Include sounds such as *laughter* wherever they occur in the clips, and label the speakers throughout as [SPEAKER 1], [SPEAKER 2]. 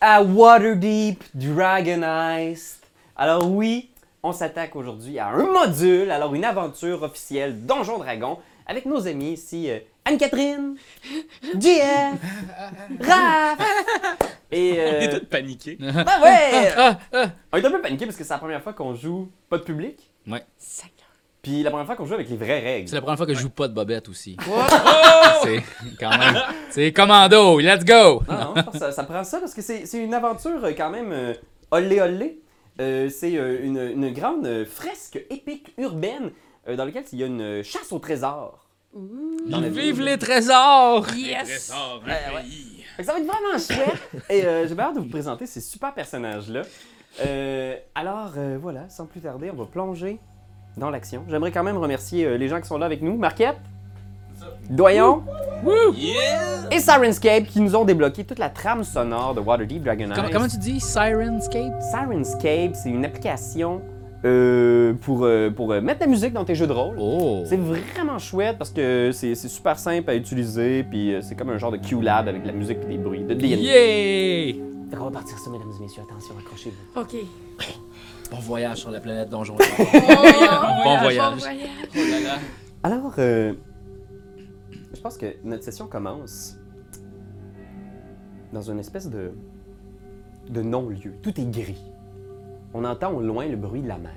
[SPEAKER 1] à Waterdeep, Dragon Heist. Alors oui, on s'attaque aujourd'hui à un module, alors une aventure officielle Donjon Dragon avec nos amis ici euh, Anne-Catherine, JF, Raph et
[SPEAKER 2] On est
[SPEAKER 1] euh,
[SPEAKER 2] tous paniqués.
[SPEAKER 1] ben ouais. On est un peu paniqué parce que c'est la première fois qu'on joue pas de public.
[SPEAKER 3] Ouais.
[SPEAKER 1] Puis la première fois qu'on joue avec les vraies règles.
[SPEAKER 3] C'est la première fois que je joue pas de bobette aussi. C'est quand même. C'est commando, let's go!
[SPEAKER 1] Ah, Non, non, je pense que ça, ça prend ça parce que c'est c'est une aventure euh, quand même euh, olé olé. Euh, c'est euh, une, une grande euh, fresque épique urbaine euh, dans laquelle il y a une euh, chasse au trésor. Dans la
[SPEAKER 3] Vive
[SPEAKER 1] ville.
[SPEAKER 3] les trésors!
[SPEAKER 2] Yes!
[SPEAKER 1] Euh,
[SPEAKER 2] hein, pays.
[SPEAKER 1] Fait que Ça va être vraiment chouette et euh, j'ai bien hâte de vous présenter ces super personnages-là. Euh, alors euh, voilà, sans plus tarder, on va plonger dans l'action. J'aimerais quand même remercier euh, les gens qui sont là avec nous. Marquette, Doyon
[SPEAKER 2] Yeah!
[SPEAKER 1] et Sirenscape qui nous ont débloqué toute la trame sonore de Waterdeep Dragon
[SPEAKER 3] Comment, comment tu dis Sirenscape?
[SPEAKER 1] Sirenscape, c'est une application euh, pour, euh, pour euh, mettre de la musique dans tes jeux de rôle.
[SPEAKER 3] Oh!
[SPEAKER 1] C'est vraiment chouette parce que c'est c'est super simple à utiliser, puis euh, c'est comme un genre de Q-Lab avec de la musique et des bruits de D&D.
[SPEAKER 3] Yay!
[SPEAKER 1] Fait qu'on va partir ça, mesdames et messieurs. Attention, accrochez-vous.
[SPEAKER 4] Ok.
[SPEAKER 3] Bon voyage sur la planète Donjon.
[SPEAKER 4] Oh.
[SPEAKER 1] *laughs*
[SPEAKER 4] bon
[SPEAKER 3] voyage.
[SPEAKER 1] Alors, euh, je pense que notre session commence dans une espèce de, de non-lieu. Tout est gris. On entend au loin le bruit de la mer.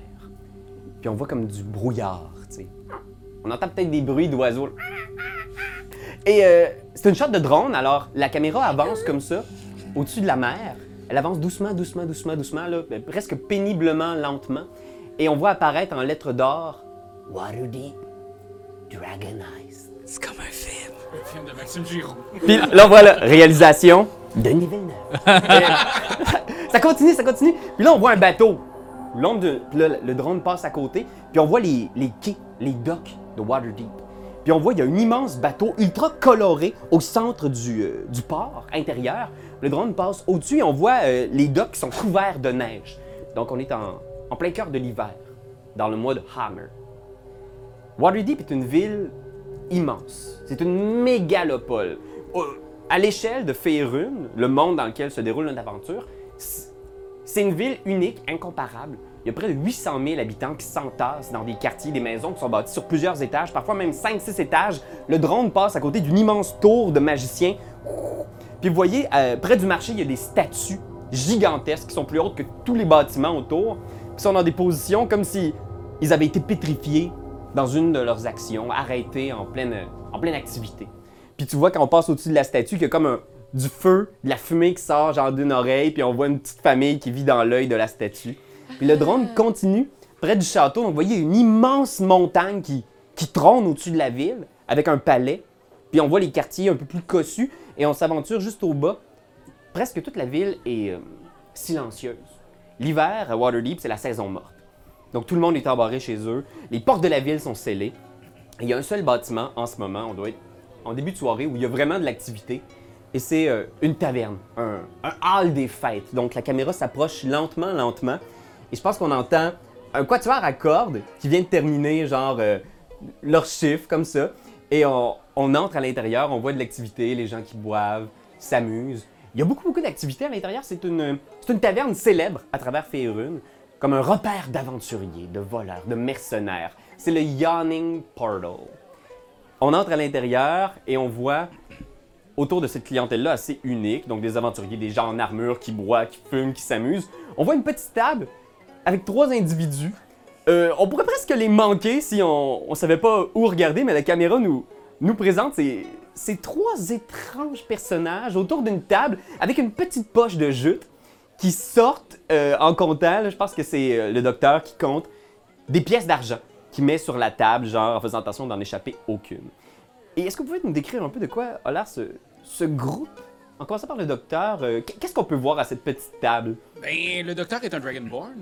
[SPEAKER 1] Puis on voit comme du brouillard, tu sais. On entend peut-être des bruits d'oiseaux. Et euh, c'est une shot de drone, alors la caméra avance comme ça, au-dessus de la mer. Elle avance doucement, doucement, doucement, doucement, là, mais presque péniblement, lentement. Et on voit apparaître en lettres d'or Waterdeep Dragon Eyes.
[SPEAKER 3] C'est comme un film.
[SPEAKER 2] Le film de Maxime Giroux.
[SPEAKER 1] Puis là, voilà, réalisation de niveau 9. *laughs* ça continue, ça continue. Puis là, on voit un bateau. L'ombre de. Puis là, le drone passe à côté. Puis on voit les, les quais, les docks de Waterdeep. Puis on voit, il y a un immense bateau ultra coloré au centre du, euh, du port intérieur. Le drone passe au-dessus et on voit euh, les docks qui sont couverts de neige. Donc on est en, en plein cœur de l'hiver, dans le mois de Hammer. Waterdeep est une ville immense. C'est une mégalopole. Euh, À l'échelle de Faerun, le monde dans lequel se déroule notre aventure, c- c'est une ville unique, incomparable. Il y a près de 800 000 habitants qui s'entassent dans des quartiers, des maisons qui sont bâties sur plusieurs étages, parfois même 5-6 étages. Le drone passe à côté d'une immense tour de magiciens. Puis vous voyez, euh, près du marché, il y a des statues gigantesques qui sont plus hautes que tous les bâtiments autour, qui sont dans des positions comme si ils avaient été pétrifiés dans une de leurs actions, arrêtés en pleine, en pleine activité. Puis tu vois, quand on passe au-dessus de la statue, qu'il y a comme un- du feu, de la fumée qui sort genre d'une oreille, puis on voit une petite famille qui vit dans l'œil de la statue. Puis le drone continue près du château. Donc, vous voyez une immense montagne qui, qui trône au-dessus de la ville, avec un palais. Puis on voit les quartiers un peu plus cossus, et on s'aventure juste au bas. Presque toute la ville est euh, silencieuse. L'hiver, à Waterdeep, c'est la saison morte. Donc tout le monde est embarré chez eux. Les portes de la ville sont scellées. Et Il y a un seul bâtiment en ce moment, on doit être en début de soirée, où il y a vraiment de l'activité. Et c'est euh, une taverne, un, un hall des fêtes. Donc la caméra s'approche lentement, lentement. Et je pense qu'on entend un quatuor à cordes qui vient de terminer, genre, euh, leur chiffre, comme ça. Et on, on entre à l'intérieur, on voit de l'activité, les gens qui boivent, s'amusent. Il y a beaucoup, beaucoup d'activités à l'intérieur. C'est une, c'est une taverne célèbre à travers Faerun, comme un repère d'aventuriers, de voleurs, de mercenaires. C'est le Yawning Portal. On entre à l'intérieur et on voit autour de cette clientèle-là assez unique, donc des aventuriers, des gens en armure qui boivent, qui fument, qui s'amusent. On voit une petite table avec trois individus. Euh, on pourrait presque les manquer si on, on savait pas où regarder, mais la caméra nous, nous présente ces, ces trois étranges personnages autour d'une table avec une petite poche de jute qui sortent euh, en comptant, là, je pense que c'est euh, le docteur qui compte, des pièces d'argent qu'il met sur la table, genre en faisant attention d'en échapper aucune. Et est-ce que vous pouvez nous décrire un peu de quoi a l'air ce, ce groupe? En commençant par le docteur, euh, qu'est-ce qu'on peut voir à cette petite table?
[SPEAKER 2] Ben, le docteur est un Dragonborn.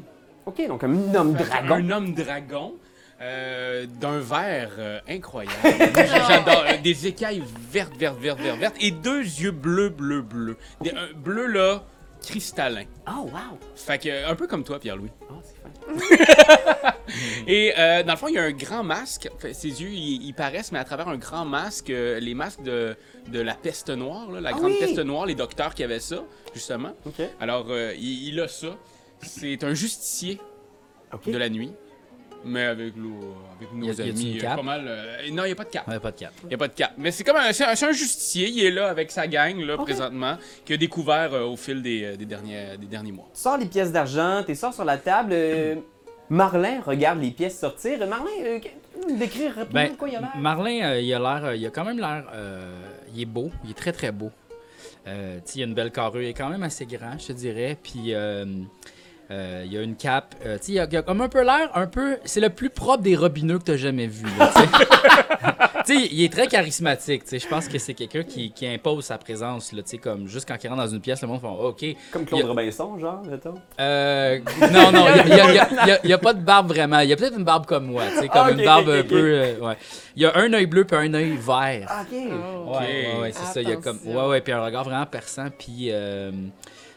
[SPEAKER 1] Ok, donc un homme
[SPEAKER 2] Fait que
[SPEAKER 1] dragon.
[SPEAKER 2] Un homme dragon. euh, d'un vert euh,
[SPEAKER 1] *laughs*
[SPEAKER 2] incroyable. J'adore. euh, des écailles vertes, vertes, vertes, vertes, vertes. Et deux yeux bleus, bleus, bleus. Des- un bleu, là, cristallin.
[SPEAKER 1] Oh, wow!
[SPEAKER 2] Fait que, euh, un peu comme toi, Pierre-Louis.
[SPEAKER 1] Oh, c'est fin. Mm.
[SPEAKER 2] Et euh, dans le fond, il y a un grand masque. Fait, ses yeux, ils, ils paraissent, mais à travers un grand masque, euh, les masques de, de la peste noire, là, la grande
[SPEAKER 1] Ah oui!
[SPEAKER 2] peste noire, les docteurs qui avaient ça, justement.
[SPEAKER 1] OK.
[SPEAKER 2] Alors, euh, il, il a ça. C'est un justicier
[SPEAKER 1] OK.
[SPEAKER 2] de la nuit, mais avec, nos- avec nos
[SPEAKER 3] Y a- y a-t-il
[SPEAKER 2] amis,
[SPEAKER 3] une
[SPEAKER 2] euh,
[SPEAKER 3] cape?
[SPEAKER 2] pas mal. euh, non, il n'y a pas de cap.
[SPEAKER 3] Ouais, pas de cap.
[SPEAKER 2] Il n'y a pas de cap. Mais c'est comme un, c'est un, c'est un justicier, il est là avec sa gang, là, présentement, qui a découvert euh, au fil des, euh, des derniers, des derniers mois.
[SPEAKER 1] Tu sors les pièces d'argent, tu les sors sur la table. euh, Marlin regarde les pièces sortir. Euh, Marlin, euh, que- décrire rapidement
[SPEAKER 3] Ben,
[SPEAKER 1] de quoi il y a l'air.
[SPEAKER 3] Marlin, euh, il a l'air, euh, il a quand même l'air, euh, il est beau, il est très très beau. Euh, tu sais, il a une belle carrure, il est quand même assez grand, je te dirais. Puis euh, euh, il a une cape, Euh, tu sais, il a, il a comme un peu l'air, un peu, c'est le plus propre des robineux que t'as jamais vu. là, tu sais. *laughs* Tu sais, il est très charismatique. tu sais, Je pense que c'est quelqu'un qui, qui impose sa présence. Là, tu sais, comme juste quand il rentre dans une pièce, le monde fait OK.
[SPEAKER 1] Comme
[SPEAKER 3] il
[SPEAKER 1] Claude
[SPEAKER 3] y a-
[SPEAKER 1] Robinson, genre, mettons.
[SPEAKER 3] Euh, non, non, il n'y a, y a- y a- y a pas de barbe vraiment. Il y a peut-être une barbe comme moi, tu sais, comme
[SPEAKER 1] Ah, ok,
[SPEAKER 3] une barbe
[SPEAKER 1] ok,
[SPEAKER 3] un
[SPEAKER 1] ok.
[SPEAKER 3] peu. euh, ouais. Il y a un œil bleu puis un œil vert.
[SPEAKER 1] Ah, ok.
[SPEAKER 4] Oh.
[SPEAKER 3] Ouais, ouais, ouais, c'est ça. Il y a comme,
[SPEAKER 4] Attention.
[SPEAKER 3] ouais, ouais, puis un regard vraiment perçant. Puis euh,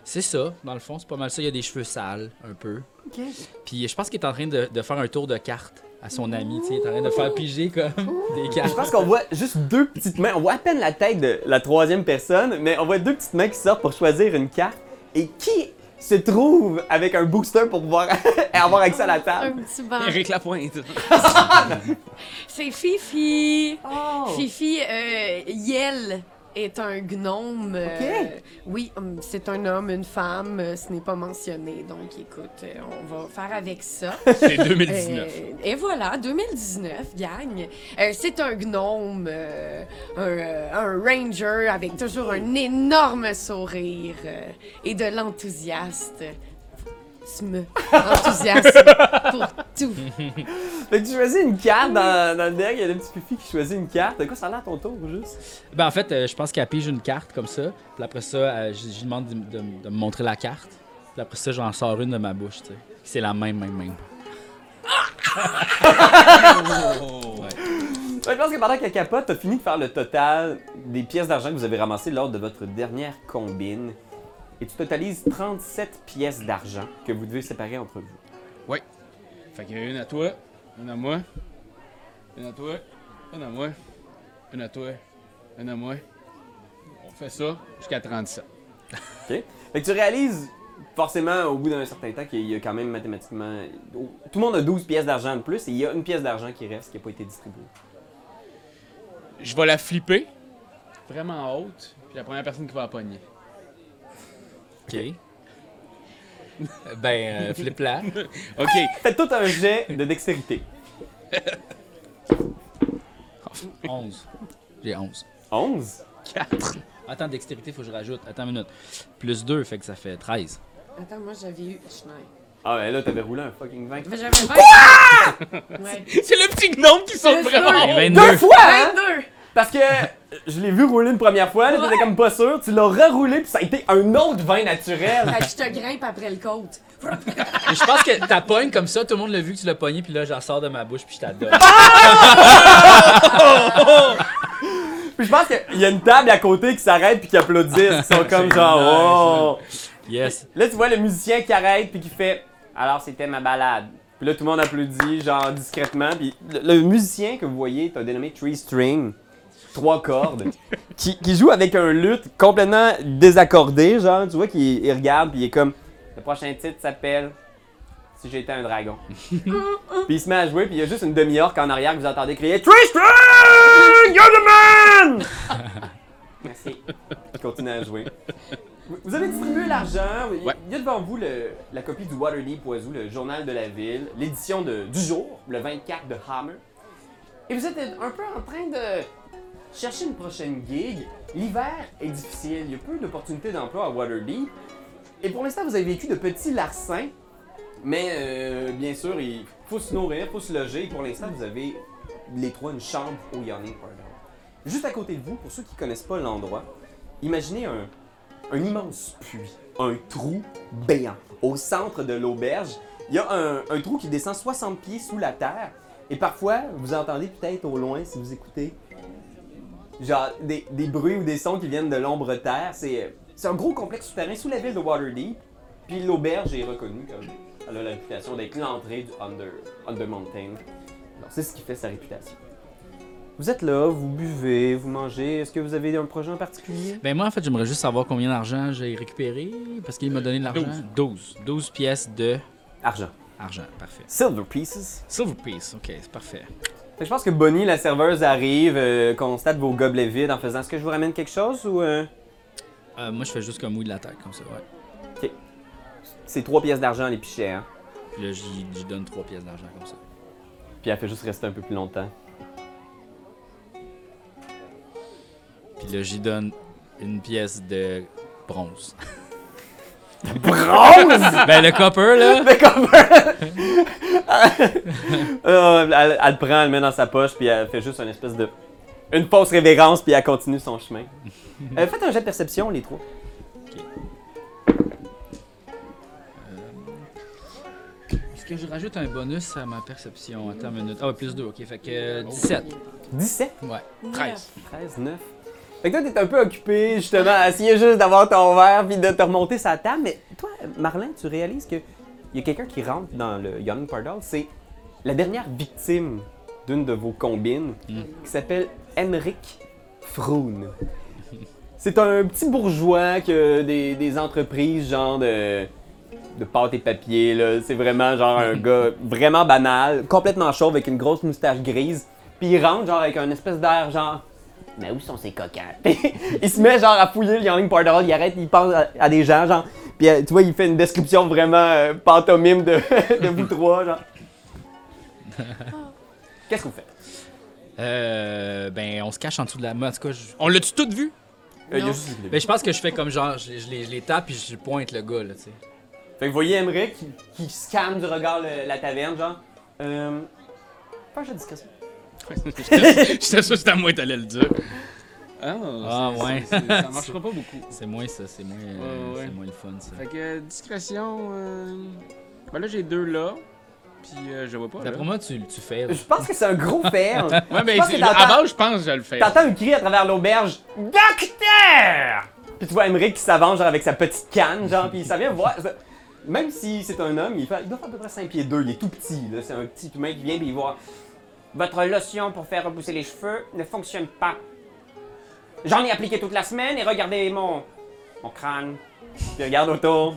[SPEAKER 3] c'est ça, dans le fond, c'est pas mal ça. Il y a des cheveux sales, un peu.
[SPEAKER 1] Ok.
[SPEAKER 3] Puis je pense qu'il est en train de, de faire un tour de cartes à son ami. Tu sais, il est en train de faire piger comme *laughs* des
[SPEAKER 1] Je
[SPEAKER 3] cartes.
[SPEAKER 1] pense qu'on voit juste deux petites mains. On voit à peine la tête de la troisième personne, mais on voit deux petites mains qui sortent pour choisir une carte. Et qui se trouve avec un booster pour pouvoir *laughs* avoir accès à la
[SPEAKER 4] Un
[SPEAKER 1] table?
[SPEAKER 4] petit
[SPEAKER 3] Ah.
[SPEAKER 4] banc.
[SPEAKER 2] Éric Lapointe.
[SPEAKER 4] C'est Fifi.
[SPEAKER 1] Oh!
[SPEAKER 4] Fifi euh, Yel est un gnome. euh, oui, hum, c'est un homme, une femme. euh, ce n'est pas mentionné. Donc, écoute, euh, on va faire avec ça.
[SPEAKER 2] *laughs* C'est 2019.
[SPEAKER 4] Euh, et voilà, 2019, gagne. Euh, c'est un gnome, euh, un, euh, un ranger avec toujours un énorme sourire euh, et de l'enthousiaste. Sme. Enthousiasme pour tout.
[SPEAKER 1] Fait que tu choisis une carte dans, dans le deck, il y a le petit Fifi qui choisit une carte. De quoi ça a l'air ton tour, juste?
[SPEAKER 3] Ben, en fait, euh, je pense qu'elle pige une carte comme ça. Puis après ça, euh, je je lui demande de, de- de me montrer la carte. Puis après ça, j'en sors une de ma bouche, tu sais. C'est la même, même, même.
[SPEAKER 1] Ouais, je pense que pendant qu'elle capote, t'as fini de faire le total des pièces d'argent que vous avez ramassées lors de votre dernière combine. Et tu totalises 37 pièces d'argent que vous devez séparer entre vous.
[SPEAKER 2] Ouais.
[SPEAKER 3] Euh.
[SPEAKER 2] Fait qu'il y en a une à toi, une à moi, une à toi, une à moi, une à toi, une à moi. On fait ça jusqu'à 37.
[SPEAKER 1] OK? Fait que tu réalises forcément au bout d'un certain temps qu'il y a quand même mathématiquement. Tout le monde a 12 pièces d'argent de plus et il y a une pièce d'argent qui reste qui n'a pas été distribuée.
[SPEAKER 2] Je vais la flipper, vraiment haute, puis la première personne qui va la pogner.
[SPEAKER 3] OK. ben, euh, flip-la.
[SPEAKER 2] OK. *laughs*
[SPEAKER 1] Faites tout un jet de dextérité.
[SPEAKER 3] 11. J'ai 11.
[SPEAKER 1] 11?
[SPEAKER 3] Attends, dextérité, faut que je rajoute. Attends une minute. Plus 2, fait que ça fait 13.
[SPEAKER 4] Attends, moi j'avais eu Schneider.
[SPEAKER 1] Ah, ben là, t'avais roulé un fucking 20.
[SPEAKER 4] Mais J'avais 22. Ouais.
[SPEAKER 2] C'est le petit gnome qui sort
[SPEAKER 4] Le
[SPEAKER 2] vraiment
[SPEAKER 4] feu.
[SPEAKER 2] haut.
[SPEAKER 3] Ben,
[SPEAKER 1] Deux fois! hein?
[SPEAKER 4] 22.
[SPEAKER 1] Parce que je l'ai vu rouler une première fois, là, j'étais comme pas sûr. Tu l'as reroulé, puis ça a été un autre vin naturel.
[SPEAKER 4] Fait que je te grimpe après le côte.
[SPEAKER 3] Mais Je pense que ta pogne comme ça, tout le monde l'a vu que tu l'as pogné, puis là, j'en sors de ma bouche, puis je t'adore.
[SPEAKER 1] Puis je pense qu'il y a une table à côté qui s'arrête puis qui applaudissent. Qui sont comme
[SPEAKER 3] C'est
[SPEAKER 1] genre, oh!
[SPEAKER 3] Yes.
[SPEAKER 1] Là, tu vois le musicien qui arrête puis qui fait Alors, c'était ma balade. Puis là, tout le monde applaudit, genre discrètement. Puis le, le musicien que vous voyez, t'as dénommé Three String, trois cordes, qui, qui joue avec un luth complètement désaccordé, genre, tu vois, qu'il il regarde puis il est comme Le prochain titre s'appelle Si j'étais un dragon. puis il se met à jouer, puis il y a juste une demi-orque en arrière que vous entendez crier Three String, you're the man! Merci. Continuez à jouer. Vous- Vous avez distribué l'argent. Il y-
[SPEAKER 2] Ouais.
[SPEAKER 1] il y a devant vous le- la copie du Waterdeep Poisou, le journal de la ville, l'édition de- du jour, le 24 de Hammer. Et vous êtes un peu en train de chercher une prochaine gig. L'hiver est difficile. Il y a peu d'opportunités d'emploi à Waterdeep. Et pour l'instant, vous avez vécu de petits larcins. Mais euh, bien sûr, il faut se nourrir, faut se loger. Et pour l'instant, vous avez les trois une chambre au Yawning Portal. Juste à côté de vous, pour ceux qui connaissent pas l'endroit, imaginez un, un immense puits, un trou béant. Au centre de l'auberge, il y a un, un trou qui descend 60 pieds sous la terre. Et parfois, vous entendez peut-être au loin, si vous écoutez, genre des, des bruits ou des sons qui viennent de l'ombre terre. C'est C'est un gros complexe souterrain sous la ville de Waterdeep. Puis l'auberge est reconnue comme. Elle a la réputation d'être l'entrée du Under, Under Mountain. Alors, c'est ce qui fait sa réputation. Vous êtes là, vous buvez, vous mangez. Est-ce que vous avez un projet en particulier?
[SPEAKER 3] Ben moi, en fait, j'aimerais juste savoir combien d'argent j'ai récupéré parce qu'il m'a donné de l'argent. 12. 12 pièces de
[SPEAKER 1] Argent.
[SPEAKER 3] argent. Parfait.
[SPEAKER 1] Silver pieces.
[SPEAKER 3] Silver piece. OK, c'est parfait.
[SPEAKER 1] Fait que je pense que Bonnie, la serveuse, arrive, euh, constate vos gobelets vides en faisant Est-ce que je vous ramène quelque chose ou. euh,
[SPEAKER 3] Euh, moi, je fais juste comme oui de la tête, comme ça. Ouais.
[SPEAKER 1] C'est trois pièces d'argent, les pichets, hein?
[SPEAKER 3] Puis là, j'y j'y donne 3 pièces d'argent comme ça.
[SPEAKER 1] Puis elle fait juste rester un peu plus longtemps.
[SPEAKER 3] Puis là, j'y donne une pièce de bronze.
[SPEAKER 1] Bronze!
[SPEAKER 3] *laughs* ben, le copper,
[SPEAKER 1] *laughs*
[SPEAKER 3] là.
[SPEAKER 1] Mais comme. *laughs* Euh, elle, elle le prend, elle le met dans sa poche, puis elle fait juste une espèce de. Une fausse révérence, puis elle continue son chemin. Euh, faites un jet de perception, les trois.
[SPEAKER 3] Est-ce que je rajoute un bonus à ma perception? Attends une minute. Ah, ouais, plus 2, OK. Fait que euh, 17.
[SPEAKER 1] 17,
[SPEAKER 3] Ouais.
[SPEAKER 4] 13.
[SPEAKER 1] 13, 9. Fait que toi, t'es un peu occupé, justement, à essayer juste d'avoir ton verre, puis de te remonter sa table. Mais toi, Marlin, tu réalises que il y a quelqu'un qui rentre dans le Young Pardal, c'est la dernière victime d'une de vos combines, qui s'appelle Henrik Froon. C'est un petit bourgeois qui a des, des entreprises genre de, de pâte et papier. Là. C'est vraiment genre un gars vraiment banal, complètement chauve avec une grosse moustache grise. Puis il rentre genre avec un espèce d'air genre. Mais où sont ces coquins? *laughs* il se met genre à fouiller le Young Pardal, il arrête, il pense à, à des gens genre. Puis euh, tu vois, il fait une description vraiment euh, pantomime de, *laughs* de vous trois genre. Qu'est-ce que vous faites?
[SPEAKER 3] Euh, ben, on se cache en dessous de la main. En tout cas, je...
[SPEAKER 2] On l'a-tu tout *laughs* vu?
[SPEAKER 1] Euh, il y a
[SPEAKER 4] Non.
[SPEAKER 1] juste le début.
[SPEAKER 3] Ben, je pense que je fais comme genre, je, les- je les, je les tape puis je pointe le gars, là, tu sais.
[SPEAKER 1] Fait que vous voyez Emmerich qui, qui scanne du regard le- la taverne, genre. Euh. Pas un jeu de discrétion.
[SPEAKER 2] J'étais sûr que c'était à moi que t'allais le dire. Ah,
[SPEAKER 3] Ah,
[SPEAKER 2] c'est-
[SPEAKER 3] ouais.
[SPEAKER 2] c'est- Ça marchera pas beaucoup.
[SPEAKER 3] C'est moins ça, c'est moins, euh,
[SPEAKER 2] Ouais, ouais.
[SPEAKER 3] c'est moins le fun, ça.
[SPEAKER 2] Fait que euh, discrétion. euh, Ben là, j'ai deux là. Puis euh, je vois pas. Là.
[SPEAKER 3] D'après moi, tu, tu fais.
[SPEAKER 1] Je pense que c'est un gros fail.
[SPEAKER 2] Ouais, mais
[SPEAKER 1] Je pense
[SPEAKER 2] c'est-
[SPEAKER 1] que
[SPEAKER 2] à
[SPEAKER 1] t'entends-
[SPEAKER 2] base, je pense que je le fais.
[SPEAKER 1] T'entends un cri à travers l'auberge. Docteur! Puis tu vois Emmerich qui s'avance, genre, avec sa petite canne, genre, puis ça vient voir. ça- Même si c'est un homme, il, fait- il doit faire à peu près 5 pieds 2, il est tout petit, là. C'est un petit humain qui vient, puis il voit. Votre lotion pour faire repousser les cheveux ne fonctionne pas. J'en ai appliqué toute la semaine et regardez mon. mon crâne. Puis regarde autour.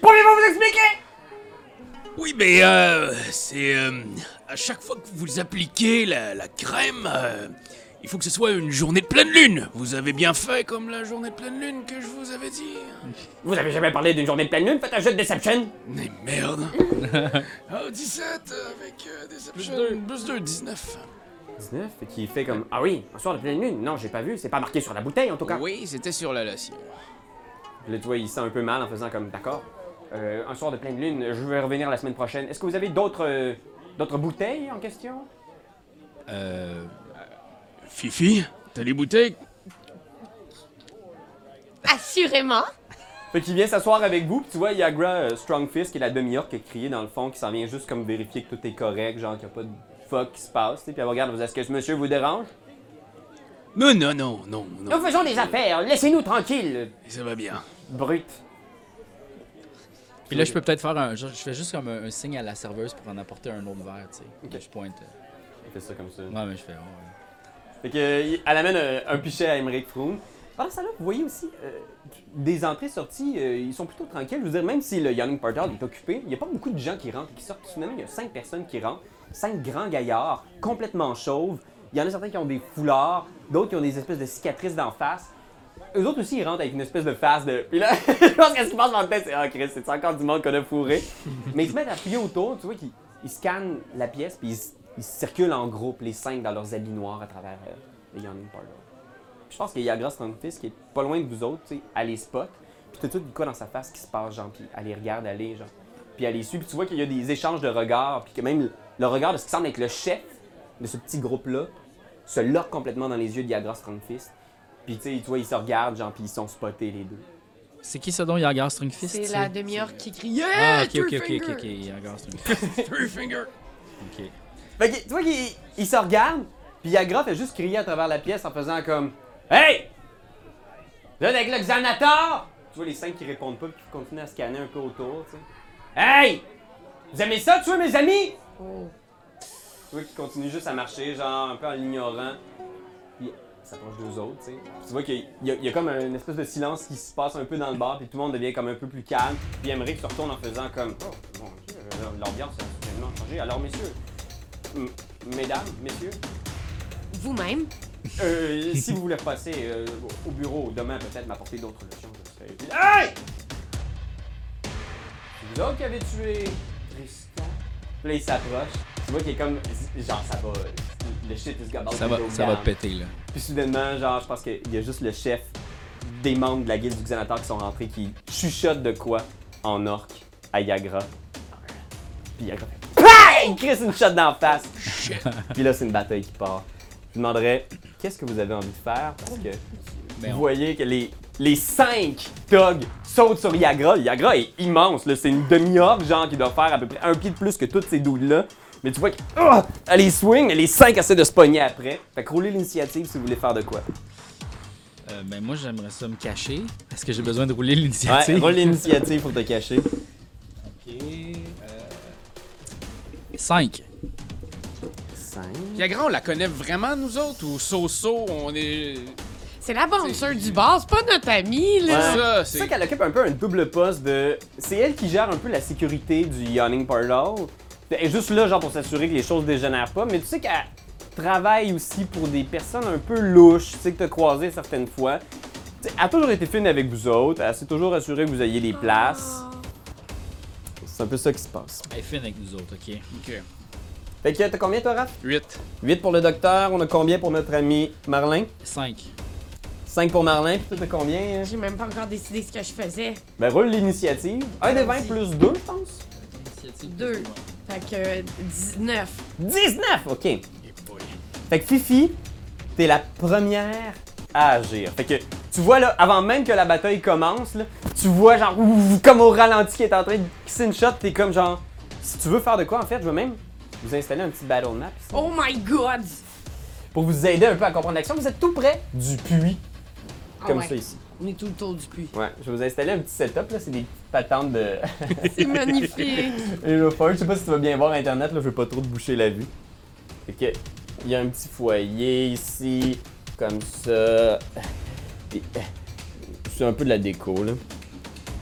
[SPEAKER 1] Pouvez-vous vous expliquer?
[SPEAKER 5] Oui, mais euh, c'est euh, à chaque fois que vous appliquez la, la crème, euh, il faut que ce soit une journée de pleine lune. Vous avez bien fait comme la journée de pleine lune que je vous avais dit.
[SPEAKER 1] Vous avez jamais parlé d'une journée de pleine lune? Faites un jeu de Deception!
[SPEAKER 5] Mais
[SPEAKER 2] *laughs*
[SPEAKER 5] merde. oh, 17 euh, avec euh, Deception.
[SPEAKER 2] Plus deux.
[SPEAKER 5] Plus 2, 19.
[SPEAKER 1] 19, et qui fait comme Ah oui, un soir de pleine lune. Non, j'ai pas vu, c'est pas marqué sur la bouteille en tout cas.
[SPEAKER 5] Oui, c'était sur la lotion.
[SPEAKER 1] Là, tu vois, il se sent un peu mal en faisant comme D'accord, euh, un soir de pleine lune, je vais revenir la semaine prochaine. Est-ce que vous avez d'autres euh, d'autres bouteilles en question
[SPEAKER 3] Euh,
[SPEAKER 5] Fifi,
[SPEAKER 2] T'as les bouteilles?
[SPEAKER 4] Assurément.
[SPEAKER 1] Fait qu'il vient s'asseoir avec vous, puis tu vois, il y a Agra euh, Strongfist, qui est la demi-orque qui a crié dans le fond, qui s'en vient juste comme vérifier que tout est correct, genre qu'il n'y a pas de fuck qui se passe. tu sais. Puis elle regarde, vous est-ce que ce monsieur vous dérange
[SPEAKER 5] Non, non, non, non, non.
[SPEAKER 1] faisons des affaires, laissez-nous tranquilles,
[SPEAKER 5] Ça va bien.
[SPEAKER 1] brute.
[SPEAKER 3] Puis là, je peux peut-être faire un. Je, je fais juste comme un, un signe à la serveuse pour en apporter un autre verre, tu sais. Là, Je pointe. euh,
[SPEAKER 1] Elle fait ça comme ça.
[SPEAKER 3] Ouais, mais je fais. ouais, ouais.
[SPEAKER 1] Fait que, euh, elle amène euh, un pichet à Emmerich Froome. Pendant ça, là, vous voyez aussi euh, des entrées-sorties, euh, ils sont plutôt tranquilles. Je veux dire, même si le Young Portal est occupé, il n'y a pas beaucoup de gens qui rentrent et qui sortent. Finalement, il y a cinq personnes qui rentrent, cinq grands gaillards, complètement chauves. Il y en a certains qui ont des foulards, d'autres qui ont des espèces de cicatrices d'en face. Eux autres aussi, ils rentrent avec une espèce de face de. Puis là, *laughs* je pense qu'est-ce qui passe dans la tête, c'est Ah, Chris, c'est encore du monde qu'on a fourré. *laughs* Mais ils se mettent à fouiller autour, tu vois, qu'ils ils scannent la pièce, puis ils, ils circulent en groupe, les cinq, dans leurs habits noirs à travers euh, le Yawning Portal. Puis Je pense qu'il y a Yagra Strongfist qui est pas loin de vous autres, tu sais, elle les spot, puis tout de suite, il y a quoi dans sa face qui se passe, genre, puis elle les regarde aller, genre. Puis elle les suit, puis tu vois qu'il y a des échanges de regards, puis que même le regard de ce qui semble être le chef de ce petit groupe-là se loque complètement dans les yeux de Yagra Strongfist. Puis tu sais, tu vois, ils se regardent, genre, puis ils sont spotés les deux.
[SPEAKER 3] C'est qui ça dont Yargar Stringfist
[SPEAKER 4] C'est
[SPEAKER 3] tu
[SPEAKER 4] la
[SPEAKER 3] sais?
[SPEAKER 4] demi-heure qui crie Yeah!
[SPEAKER 3] Ah, ok, ok, ok, ok,
[SPEAKER 4] Three
[SPEAKER 3] ok,
[SPEAKER 4] Finger!
[SPEAKER 3] Yargar Stringfist.
[SPEAKER 5] Three finger.
[SPEAKER 3] Ok.
[SPEAKER 1] Fait que, tu vois qu'ils ils se regardent, puis Yagra fait juste crier à travers la pièce en faisant comme Hey! Là, avec le Xanator, tu vois les cinq qui répondent pas, puis qui continuent à scanner un peu autour, tu sais. Hey! Vous aimez ça, tu vois, mes amis?
[SPEAKER 4] Oh.
[SPEAKER 1] Tu vois qui continue juste à marcher, genre un peu en l'ignorant. Puis il s'approche d'eux autres, tu sais. Puis tu vois qu'il y, a- il y a comme une espèce de silence qui se passe un peu dans le bar, puis tout le monde devient comme un peu plus calme. Puis Aymeric se retourne en faisant comme Oh mon dieu, euh, l'ambiance a soudainement changé. Alors, messieurs, m- mesdames, messieurs,
[SPEAKER 4] Vous-même?
[SPEAKER 1] euh,
[SPEAKER 3] *laughs*
[SPEAKER 1] si vous voulez repasser euh, au bureau demain, peut-être m'apporter d'autres leçons, je serai utile. Hey! C'est vous autres qui avez tué Tristan. Puis Là, il s'approche. Tu vois qu'il est comme. Genre, ça va. Le shit is about
[SPEAKER 3] Ça
[SPEAKER 1] to
[SPEAKER 3] va,
[SPEAKER 1] go
[SPEAKER 3] ça va
[SPEAKER 1] down.
[SPEAKER 3] péter, là.
[SPEAKER 1] Puis soudainement, genre, je pense qu'il y a juste le chef des membres de la guilde du Xanator qui sont rentrés qui chuchotent de quoi en orc à Yagra. Puis Yagra fait PANG! Chris une shot d'en face. Puis là, c'est une bataille qui part. Je demanderais, qu'est-ce que vous avez envie de faire? Parce que
[SPEAKER 3] Ben,
[SPEAKER 1] vous
[SPEAKER 3] on-
[SPEAKER 1] voyez que les, les cinq togs sautent sur Yagra. Yagra est immense, là. C'est une demi-orque, genre, qui doit faire à peu près un pied de plus que toutes ces doudes-là. Mais tu vois que, ah! elle les swing, mais les cinq essaient de se pogner après. Fait que roulez l'initiative si vous voulez faire de quoi.
[SPEAKER 3] Euh, ben, moi, j'aimerais ça me cacher. Est-ce que j'ai besoin de rouler
[SPEAKER 1] Ouais,
[SPEAKER 3] l'initiative?
[SPEAKER 1] roule l'initiative pour te cacher.
[SPEAKER 3] euh, 5.
[SPEAKER 1] Cinq.
[SPEAKER 2] Viagra, on la connaît vraiment, nous autres, ou so-so, on est.
[SPEAKER 4] C'est la bouncer du bar, c'est pas notre ami,
[SPEAKER 1] Ouais.
[SPEAKER 4] là.
[SPEAKER 2] ça,
[SPEAKER 1] C'est
[SPEAKER 2] c'est-
[SPEAKER 1] ça qu'elle occupe un peu un double poste de. C'est elle qui gère un peu la sécurité du Yawning Portal. Elle est juste là, genre, pour s'assurer que les choses dégénèrent pas. Mais tu sais qu'elle travaille aussi pour des personnes un peu louches, tu sais, que t'as croisé certaines fois. Tu sais, elle a toujours été fine avec vous autres. Elle s'est toujours assurée que vous ayez les places. C'est un peu ça qui se passe.
[SPEAKER 3] Elle est fine avec nous autres, OK.
[SPEAKER 2] Ok.
[SPEAKER 1] Fait que t'as combien, toi, Raph
[SPEAKER 2] 8.
[SPEAKER 1] 8 pour le docteur. On a combien pour notre ami Marlin
[SPEAKER 3] 5.
[SPEAKER 1] 5 pour Marlin. Puis toi, t'as combien hein?
[SPEAKER 4] J'ai même pas encore décidé ce que je faisais.
[SPEAKER 1] Ben, roule l'initiative. Un des 20 plus 2, je pense.
[SPEAKER 4] Deux. Fait que euh, 19.
[SPEAKER 1] 19! OK. Fait que Fifi, t'es la première à agir. Fait que tu vois là, avant même que la bataille commence, là, tu vois genre ouf, comme au ralenti qui est en train de pisser une shot, t'es comme genre. Si tu veux faire de quoi en fait, je veux même vous installer un petit battle map ici,
[SPEAKER 4] Oh my god!
[SPEAKER 1] pour vous aider un peu à comprendre l'action. Vous êtes tout près du puits,
[SPEAKER 4] Ah
[SPEAKER 1] comme
[SPEAKER 4] ouais,
[SPEAKER 1] ça ici.
[SPEAKER 4] On est tout le tour du puits.
[SPEAKER 1] Ouais, je vais vous installer un petit setup là, c'est des petites patentes de *laughs*
[SPEAKER 4] C'est magnifique!
[SPEAKER 1] Hello Forge, je sais pas si tu vas bien voir internet, là, je veux pas trop te boucher la vue. Fait que, il y a un petit foyer ici, comme ça. Puis, euh, C'est un peu de la déco, là.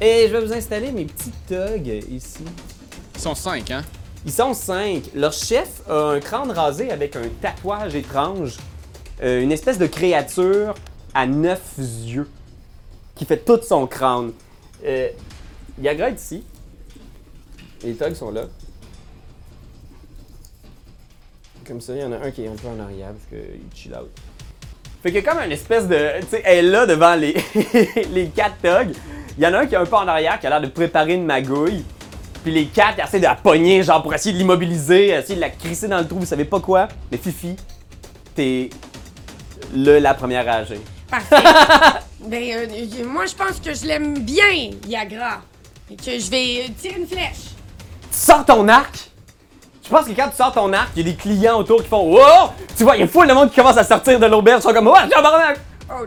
[SPEAKER 1] Et je vais vous installer mes petits tugs ici.
[SPEAKER 2] Ils sont 5, hein?
[SPEAKER 1] Ils sont cinq. Leur chef a un crâne rasé avec un tatouage étrange. Euh, une espèce de créature à neuf yeux qui fait tout son crâne. Euh, Yagra est ici. Les thugs sont là. Comme ça, il y en a un qui est un peu en arrière parce qu'il chill out. Fait que comme une espèce de. Tu sais, elle est là devant les, *laughs* les quatre thugs. Il y en a un qui est un peu en arrière qui a l'air de préparer une magouille. Puis les quatre elles essaient de la pogner, genre pour essayer de l'immobiliser, euh, essayer de la crisser dans le trou, vous savez pas quoi. Mais Fifi, t'es le la première à agir.
[SPEAKER 4] Parfait. ben, euh, euh, moi, je pense que je l'aime bien, Yagra. Et que je vais euh, tirer une flèche.
[SPEAKER 1] Tu sors ton arc. Je pense que quand tu sors ton arc, il y a des clients autour qui font Wow! Tu vois, il y a full de monde qui commence à sortir de l'auberge, ils sont comme Wow, tabarnak!
[SPEAKER 4] Oh no!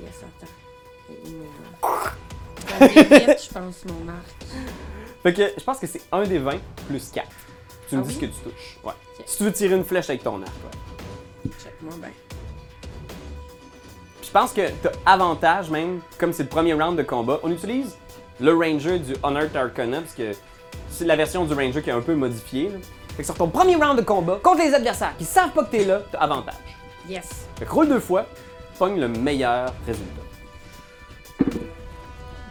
[SPEAKER 4] Yes, attends. Il me- Ça mérite, je pense, mon arc.
[SPEAKER 1] Fait que je pense que c'est un des 20 plus 4. Tu me
[SPEAKER 4] Ah
[SPEAKER 1] dis
[SPEAKER 4] oui?
[SPEAKER 1] ce que tu touches. Ouais. Si tu veux tirer une flèche avec ton arc, ouais.
[SPEAKER 4] Check-moi ben.
[SPEAKER 1] Puis je pense que t'as avantage même, comme c'est le premier round de combat. On utilise le Ranger du Honor Arcana, parce que c'est la version du Ranger qui est un peu modifiée. là. Fait que sur ton premier round de combat, contre les adversaires qui savent pas que t'es là, t'as avantage.
[SPEAKER 4] Yes.
[SPEAKER 1] Fait que roule deux fois, pogne le meilleur résultat.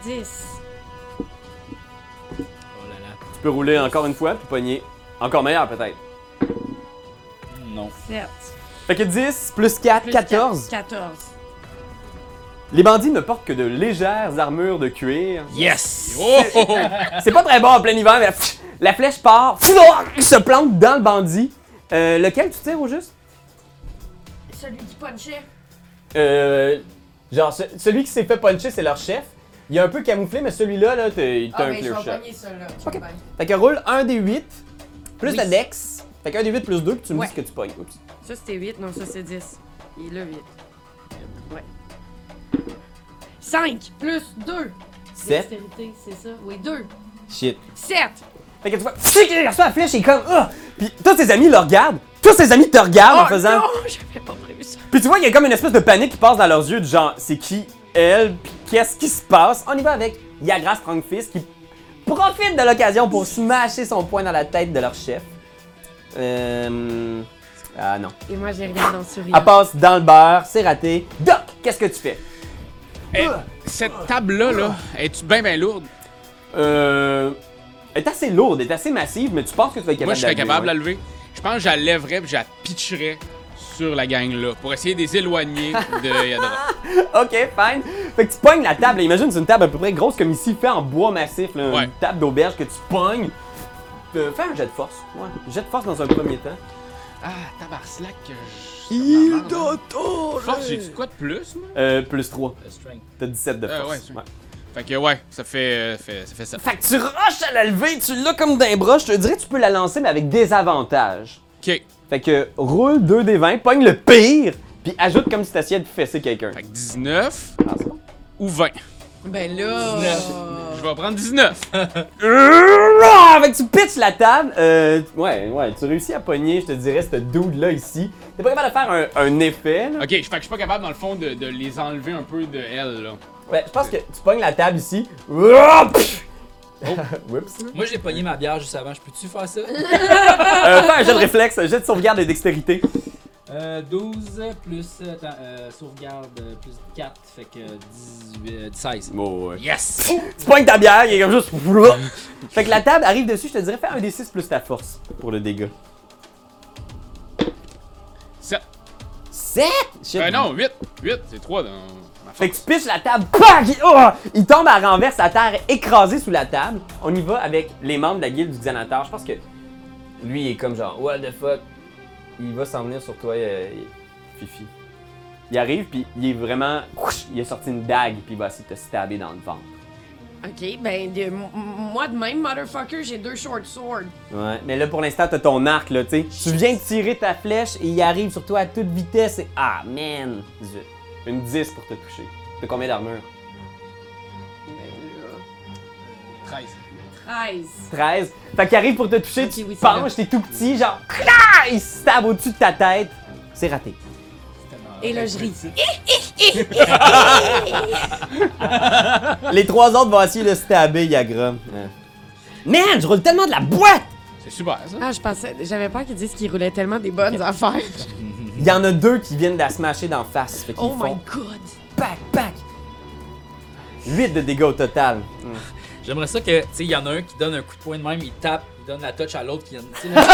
[SPEAKER 4] 10.
[SPEAKER 3] Oh là là.
[SPEAKER 1] Tu peux rouler encore une fois, puis pogner encore meilleur peut-être.
[SPEAKER 3] Non.
[SPEAKER 4] 7.
[SPEAKER 1] Fait que 10 plus 4, 14.
[SPEAKER 4] 14.
[SPEAKER 1] Les bandits ne portent que de légères armures de cuir.
[SPEAKER 3] Yes!
[SPEAKER 2] Oh! oh, oh.
[SPEAKER 1] C'est pas très bon en plein hiver, mais pff, la flèche part, pff, il se plante dans le bandit. Euh, lequel tu tires au juste?
[SPEAKER 4] Celui qui punchait.
[SPEAKER 1] Euh, genre, ce- celui qui s'est fait puncher, c'est leur chef. Il est un peu camouflé, mais celui-là, là, t'as il t'a
[SPEAKER 4] Ah,
[SPEAKER 1] un
[SPEAKER 4] ben, je
[SPEAKER 1] clear
[SPEAKER 4] vais
[SPEAKER 1] shot.
[SPEAKER 4] pogner celui-là.
[SPEAKER 1] Ok. Fait que roule 1 des 8, plus
[SPEAKER 4] Oui.
[SPEAKER 1] la dex. Fait qu'un des 8 plus 2, puis tu me
[SPEAKER 4] Ouais.
[SPEAKER 1] dis ce que tu pognes. Oups.
[SPEAKER 4] Ça, c'était 8. Non, ça, c'est 10. Il est là, 8. Ouais.
[SPEAKER 6] 5 plus 2.
[SPEAKER 1] Sept.
[SPEAKER 6] Dextérité, c'est ça. Oui, 2.
[SPEAKER 1] Shit.
[SPEAKER 6] 7.
[SPEAKER 1] Fait que tu vois, tchic, il reçoit la flèche et comme, ah! Puis tous ses amis le regardent, tous ses amis te regardent en Ah, ben, faisant.
[SPEAKER 4] Oh, non, *laughs* j'avais pas prévu ça.
[SPEAKER 1] Puis tu vois, il y a comme une espèce de panique qui passe dans leurs yeux, du genre, c'est qui elle, puis qu'est-ce qui se passe? On y va avec Yagra Strongfist qui profite de l'occasion pour smasher son poing dans la tête de leur chef. Euh. Ah non.
[SPEAKER 4] Et moi, j'ai rien dans ce
[SPEAKER 1] Elle passe dans le beurre, c'est raté. Doc, qu'est-ce que tu fais?
[SPEAKER 2] Eh, cette table-là, là, es-tu bien, bien lourde?
[SPEAKER 1] Euh. Elle est assez lourde, elle est assez massive, mais tu penses que tu vas être capable
[SPEAKER 2] Moi, je serais
[SPEAKER 1] de la lever,
[SPEAKER 2] capable de la
[SPEAKER 1] ouais.
[SPEAKER 2] lever. Je pense que je la lèverais puis je la pitcherais sur la gang-là pour essayer de les
[SPEAKER 3] *laughs*
[SPEAKER 2] éloigner de Yadra.
[SPEAKER 1] Ok, fine. Fait que tu pognes la table. Imagine, c'est une table à peu près grosse comme ici, fait en bois massif. Là,
[SPEAKER 2] Ouais.
[SPEAKER 1] Une table d'auberge que tu pognes. Euh, fais un jet de force. Ouais, jet de force dans un premier temps.
[SPEAKER 2] Ah, tabarcelac que je... Il Force, j'ai-tu quoi de plus, moi?
[SPEAKER 1] Euh, plus 3.
[SPEAKER 3] Le strength.
[SPEAKER 1] T'as 17 de
[SPEAKER 2] Euh,
[SPEAKER 1] force.
[SPEAKER 2] ouais, c'est- Fait que ouais, ça fait, euh, fait- ça fait ça.
[SPEAKER 1] Fait que tu rushes à la lever, tu l'as comme d'un bras. Je te dirais que tu peux la lancer, mais avec des avantages.
[SPEAKER 2] OK.
[SPEAKER 1] Fait que roule 2 des 20, pogne le pire, puis ajoute comme si t'essayais de fesser quelqu'un.
[SPEAKER 2] Fait que 19
[SPEAKER 1] Ah, c'est bon.
[SPEAKER 2] ou 20.
[SPEAKER 4] Ben là.
[SPEAKER 2] Je vais prendre 19.
[SPEAKER 1] Euh, Fait que tu pitches la table. Euh, ouais, ouais, tu réussis à pogner, je te dirais, ce dude-là ici. T'es pas capable de faire un, un effet, là.
[SPEAKER 2] OK, fait que je suis pas capable, dans le fond, de, de les enlever un peu de elle, là.
[SPEAKER 1] Ouais, Ben, je pense que tu pognes la table ici. Ouah, pff! *laughs* Oups.
[SPEAKER 3] Moi, j'ai pogné ma bière juste avant. Je peux-tu faire ça?
[SPEAKER 1] Euh, fais un jet de réflexe, un jet de sauvegarde et dextérité.
[SPEAKER 3] *laughs* Euh, 12 plus. euh, Attends, euh, sauvegarde euh, plus 4, fait que 18, euh, 16.
[SPEAKER 1] Bon, ouais.
[SPEAKER 2] Yes!
[SPEAKER 1] Tu pognes ta bière, il est comme *laughs* juste. Ouah! Fait que la table arrive dessus, je te dirais, fais un des 6 plus ta force pour le dégât.
[SPEAKER 2] Sept.
[SPEAKER 1] 7?
[SPEAKER 2] Euh, non, 8. 8, c'est 3 dans ma
[SPEAKER 1] Fait
[SPEAKER 2] force.
[SPEAKER 1] que tu pitches la table, PAC! Il, oh! Il tombe à renverse à terre, écrasé sous la table. On y va avec les membres de la guilde du Xanatar. Je pense que lui, il est comme genre, what the fuck? Il va s'en venir sur toi, euh, Fifi. Il arrive, puis il est vraiment. whoosh, Il a sorti une dague, puis il va essayer de te stabber dans le ventre.
[SPEAKER 4] Ok, ben, de- m- m- moi de même, motherfucker, j'ai deux short swords.
[SPEAKER 1] Ouais, mais là pour l'instant, t'as ton arc, là, tu sais. Tu viens de tirer ta flèche et il arrive sur toi à toute vitesse et. Ah, man! Zut. Une 10 pour te toucher. T'as combien d'armure?
[SPEAKER 4] Ben,
[SPEAKER 2] 13.
[SPEAKER 6] 13.
[SPEAKER 1] 13. Fait qu'il arrive pour te toucher,
[SPEAKER 6] Ok,
[SPEAKER 1] tu
[SPEAKER 6] oui,
[SPEAKER 1] te
[SPEAKER 6] c'est
[SPEAKER 1] penches, t'es tout petit, genre, clac, il se tape au-dessus de ta tête. C'est raté.
[SPEAKER 4] Et là, je ris.
[SPEAKER 1] *laughs* Les trois autres vont essayer de stabber Yagra. Man, je roule tellement de la boîte!
[SPEAKER 2] C'est super,
[SPEAKER 1] ben,
[SPEAKER 2] ça.
[SPEAKER 4] Ah, je pensais, j'avais peur qu'ils disent qu'ils roulaient tellement des bonnes affaires.
[SPEAKER 1] Il y en a deux qui viennent de la smasher d'en face. Fait qu'ils
[SPEAKER 4] Oh my
[SPEAKER 1] font
[SPEAKER 4] god.
[SPEAKER 1] pack, pack! 8 de dégâts au total.
[SPEAKER 3] J'aimerais ça que, tu sais, il y en a un qui donne un coup de poing de même, il tape, il donne la touch à l'autre, qui donne. tu sais, là,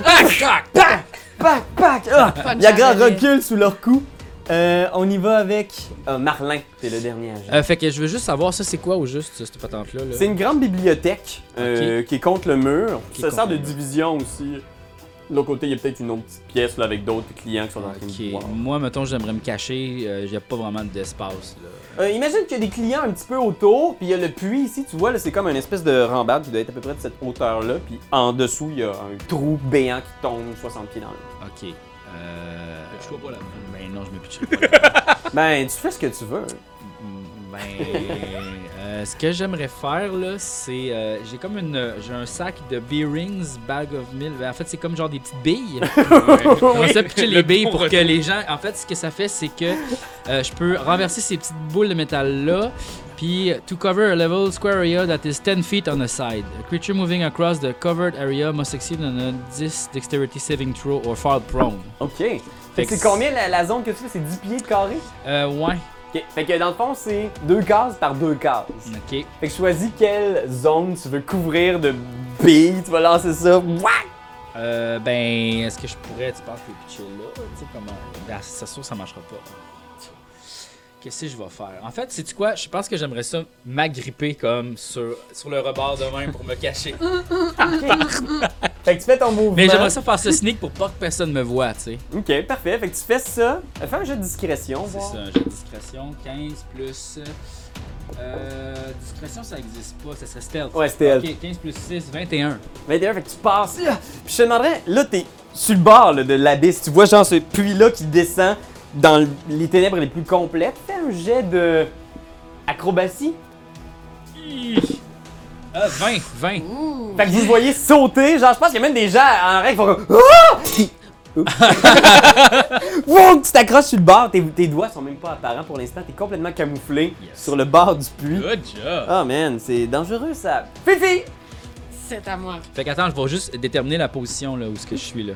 [SPEAKER 3] *laughs* Tac, tac, tac.
[SPEAKER 1] Pack, pack! Ah!
[SPEAKER 4] Punch
[SPEAKER 1] Yagra
[SPEAKER 4] à la lettre.
[SPEAKER 1] recule sous leur coup. Euh, on y va avec euh, Marlin, c'est le dernier agent.
[SPEAKER 3] Euh, fait que je veux juste savoir, ça c'est quoi au juste, ça, cette patente-là? là?
[SPEAKER 1] C'est une grande bibliothèque euh, qui est contre le mur.
[SPEAKER 3] Qui est
[SPEAKER 1] ça sert
[SPEAKER 3] contre
[SPEAKER 1] de
[SPEAKER 3] le mur.
[SPEAKER 1] division aussi. De l'autre côté, il y a peut-être une autre petite pièce là, avec d'autres clients qui sont en train de
[SPEAKER 3] Ok,
[SPEAKER 1] voir.
[SPEAKER 3] moi, mettons, j'aimerais me cacher, euh, j'ai pas vraiment d'espace, là.
[SPEAKER 1] Euh, imagine qu'il y a des clients un petit peu autour, puis il y a le puits ici, tu vois, là, c'est comme une espèce de rambarde qui doit être à peu près de cette hauteur-là, puis en dessous, il y a un trou béant qui tombe 60 pieds dans le
[SPEAKER 3] Ok. Euh.
[SPEAKER 2] Pitche-toi pas là-dedans.
[SPEAKER 3] Ben non, je me pitcherai pas.
[SPEAKER 1] Ben, tu fais ce que tu veux.
[SPEAKER 3] Ben, euh, ce que j'aimerais faire là, c'est euh, j'ai comme une j'ai un sac de bearings, bag of mil. En fait, c'est comme genre des
[SPEAKER 2] *laughs*
[SPEAKER 3] petites billes. J'aimerais ça pitcher les
[SPEAKER 2] Le
[SPEAKER 3] billes
[SPEAKER 2] bon
[SPEAKER 3] pour que
[SPEAKER 2] retour.
[SPEAKER 3] les gens. En fait, ce que ça fait, c'est que euh, je peux renverser ces petites boules de métal là. Puis, euh, to cover a level square area that is 10 feet on a side. A creature moving across the covered area must succeed on a 10 dexterity saving throw or fall prone.
[SPEAKER 1] OK. Fait,
[SPEAKER 3] Fait
[SPEAKER 1] que
[SPEAKER 3] que
[SPEAKER 1] c'est combien la, la zone que tu fais? C'est 10 pieds de carré?
[SPEAKER 3] Euh, ouais.
[SPEAKER 1] OK. Fait que dans le fond, c'est deux cases par deux cases.
[SPEAKER 3] Ok.
[SPEAKER 1] Fait que choisis quelle zone tu veux couvrir de billes, tu vas lancer ça. Wouah!
[SPEAKER 3] Euh, ben, est-ce que je pourrais, tu penses, les pitcher là? Tu sais, comment? Ben, c'est sûr que ça marchera pas. Qu'est-ce que je vais faire? En fait, sais-tu quoi? Je pense que j'aimerais ça m'agripper comme sur, sur le rebord de même pour me cacher.
[SPEAKER 1] Fait que tu fais ton mouvement.
[SPEAKER 3] Mais j'aimerais ça faire ce sneak pour pas que personne me voit, tu sais.
[SPEAKER 1] Ok, parfait. Fait que tu fais ça. Euh, Fais un jeu de discrétion.
[SPEAKER 3] C'est
[SPEAKER 1] voir.
[SPEAKER 3] ça, un jeu de discrétion. 15 plus. Euh, discrétion, ça existe pas, ça serait stealth.
[SPEAKER 1] Ouais, stealth.
[SPEAKER 3] Ok, 15 plus 6, 21.
[SPEAKER 1] 21, fait que tu passes. là. Puis je te demanderais, là, t'es sur le bord là, de l'abysse. Tu vois, genre, ce puits-là qui descend dans le- les ténèbres les plus complètes. Fais un jet de. Acrobatie.
[SPEAKER 3] Ah, 20, 20.
[SPEAKER 1] Fait que vous le voyez sauter, genre je pense qu'il y a même des gens en règle qui font comme Ah! Puis- Oups. *laughs* Wow, tu t'accroches sur le bord, tes, tes doigts sont même pas apparents pour l'instant, t'es complètement camouflé
[SPEAKER 3] Yes.
[SPEAKER 1] sur le bord du puits.
[SPEAKER 2] Good job.
[SPEAKER 1] Oh man, c'est dangereux ça. Fifi!
[SPEAKER 4] C'est à moi.
[SPEAKER 3] Fait qu'attends, je vais juste déterminer la position là, où ce que je suis là.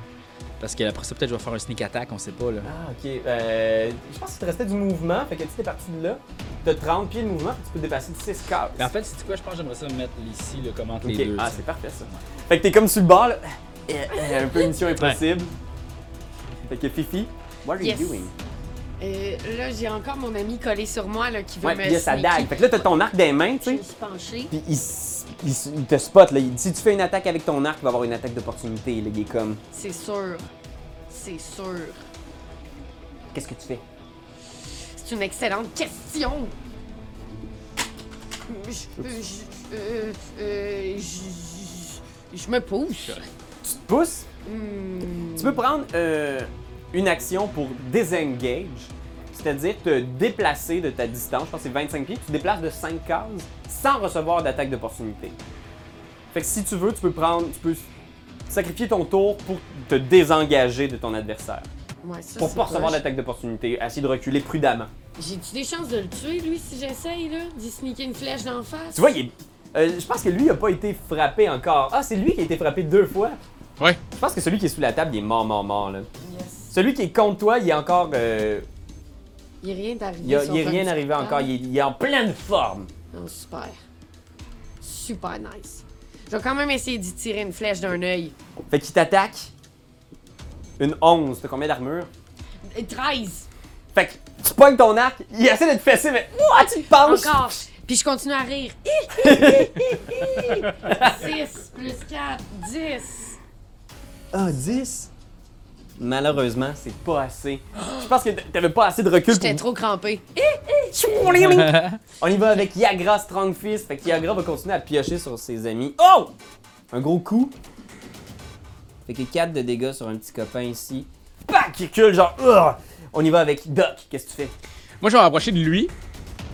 [SPEAKER 3] Parce que après ça, peut-être je vais faire un sneak attack, on sait pas là.
[SPEAKER 1] Ah ok, euh, je pense qu'il te restait du mouvement, fait que tu t'es parti de là, t'as 30 pieds de mouvement, tu peux dépasser de 6 cases.
[SPEAKER 3] Mais en fait, c'est quoi, je pense que j'aimerais ça me mettre ici, le comment
[SPEAKER 1] Ok,
[SPEAKER 3] les deux.
[SPEAKER 1] ah
[SPEAKER 3] tu sais.
[SPEAKER 1] c'est parfait ça. Fait que t'es comme sur le bord là, Euh, euh, un peu mission impossible. Fait que Fifi, what are
[SPEAKER 4] Yes.
[SPEAKER 1] you doing?
[SPEAKER 4] Euh, là, j'ai encore mon ami collé sur moi là, qui veut
[SPEAKER 1] Ouais,
[SPEAKER 4] me.
[SPEAKER 1] puis il y a sa
[SPEAKER 4] sneaker.
[SPEAKER 1] dague. Fait que là, t'as ton arc des mains, tu
[SPEAKER 6] Je
[SPEAKER 1] sais.
[SPEAKER 6] me suis penchée.
[SPEAKER 1] Puis il, s- il s- il te spot, là. Il- Si tu fais une attaque avec ton arc, il va avoir une attaque d'opportunité, là. Il est comme.
[SPEAKER 4] C'est sûr. C'est sûr.
[SPEAKER 1] Qu'est-ce que tu fais?
[SPEAKER 4] C'est une excellente question. Je, je- euh, euh, je- je me pousse.
[SPEAKER 1] Tu te pousses.
[SPEAKER 4] Hmm.
[SPEAKER 1] Tu peux prendre euh, une action pour disengage, c'est-à-dire te déplacer de ta distance. Je pense que c'est 25 pieds. Tu te déplaces de 5 cases sans recevoir d'attaque d'opportunité. Fait que si tu veux, tu peux prendre. Tu peux sacrifier ton tour pour te désengager de ton adversaire.
[SPEAKER 4] Ouais, ça,
[SPEAKER 1] Pour
[SPEAKER 4] c'est
[SPEAKER 1] pas recevoir
[SPEAKER 4] proche.
[SPEAKER 1] d'attaque d'opportunité, essayer de reculer prudemment.
[SPEAKER 6] J'ai-tu des chances de le tuer, lui, si j'essaye, là? D'y sneaker une flèche d'en face?
[SPEAKER 1] Tu vois, il est- euh, je pense que lui il a pas été frappé encore. Ah, c'est lui qui a été frappé deux fois.
[SPEAKER 2] Ouais.
[SPEAKER 1] Je pense que celui qui est sous la table, il est mort, mort, mort. Là.
[SPEAKER 6] Yes.
[SPEAKER 1] Celui qui est contre toi, il est encore. euh,
[SPEAKER 6] Il est rien d'arrivé.
[SPEAKER 1] il a,
[SPEAKER 6] sauf
[SPEAKER 1] il est
[SPEAKER 6] un
[SPEAKER 1] rien
[SPEAKER 6] petit
[SPEAKER 1] arrivé
[SPEAKER 6] temps.
[SPEAKER 4] Ah.
[SPEAKER 1] encore. Il est, il est en pleine forme.
[SPEAKER 6] Non, super.
[SPEAKER 4] Super nice. Je vais quand même essayer d'y tirer une flèche d'un œil.
[SPEAKER 1] Fait qu'il t'attaque. Une 11. T'as combien d'armure?
[SPEAKER 4] Euh, 13.
[SPEAKER 1] Fait que tu pognes ton arc, il essaie de te fesser, mais. Ouah, tu te penches!
[SPEAKER 4] Encore. Puis je continue à rire.
[SPEAKER 6] 6 plus 4, 10.
[SPEAKER 1] Ah, 10? Malheureusement, c'est pas assez. Je pense que t'avais pas assez de recul
[SPEAKER 4] J'étais
[SPEAKER 1] pour
[SPEAKER 4] trop crampé.
[SPEAKER 3] *laughs*
[SPEAKER 1] On y va avec Yagra Strong Fist. Fait que Yagra va continuer à piocher sur ses amis. Oh! Un gros coup. Fait que 4 de dégâts sur un petit copain ici. Pac! Il recule, genre. Urgh! On y va avec Doc. Qu'est-ce que tu fais?
[SPEAKER 2] Moi, je vais m'approcher de lui,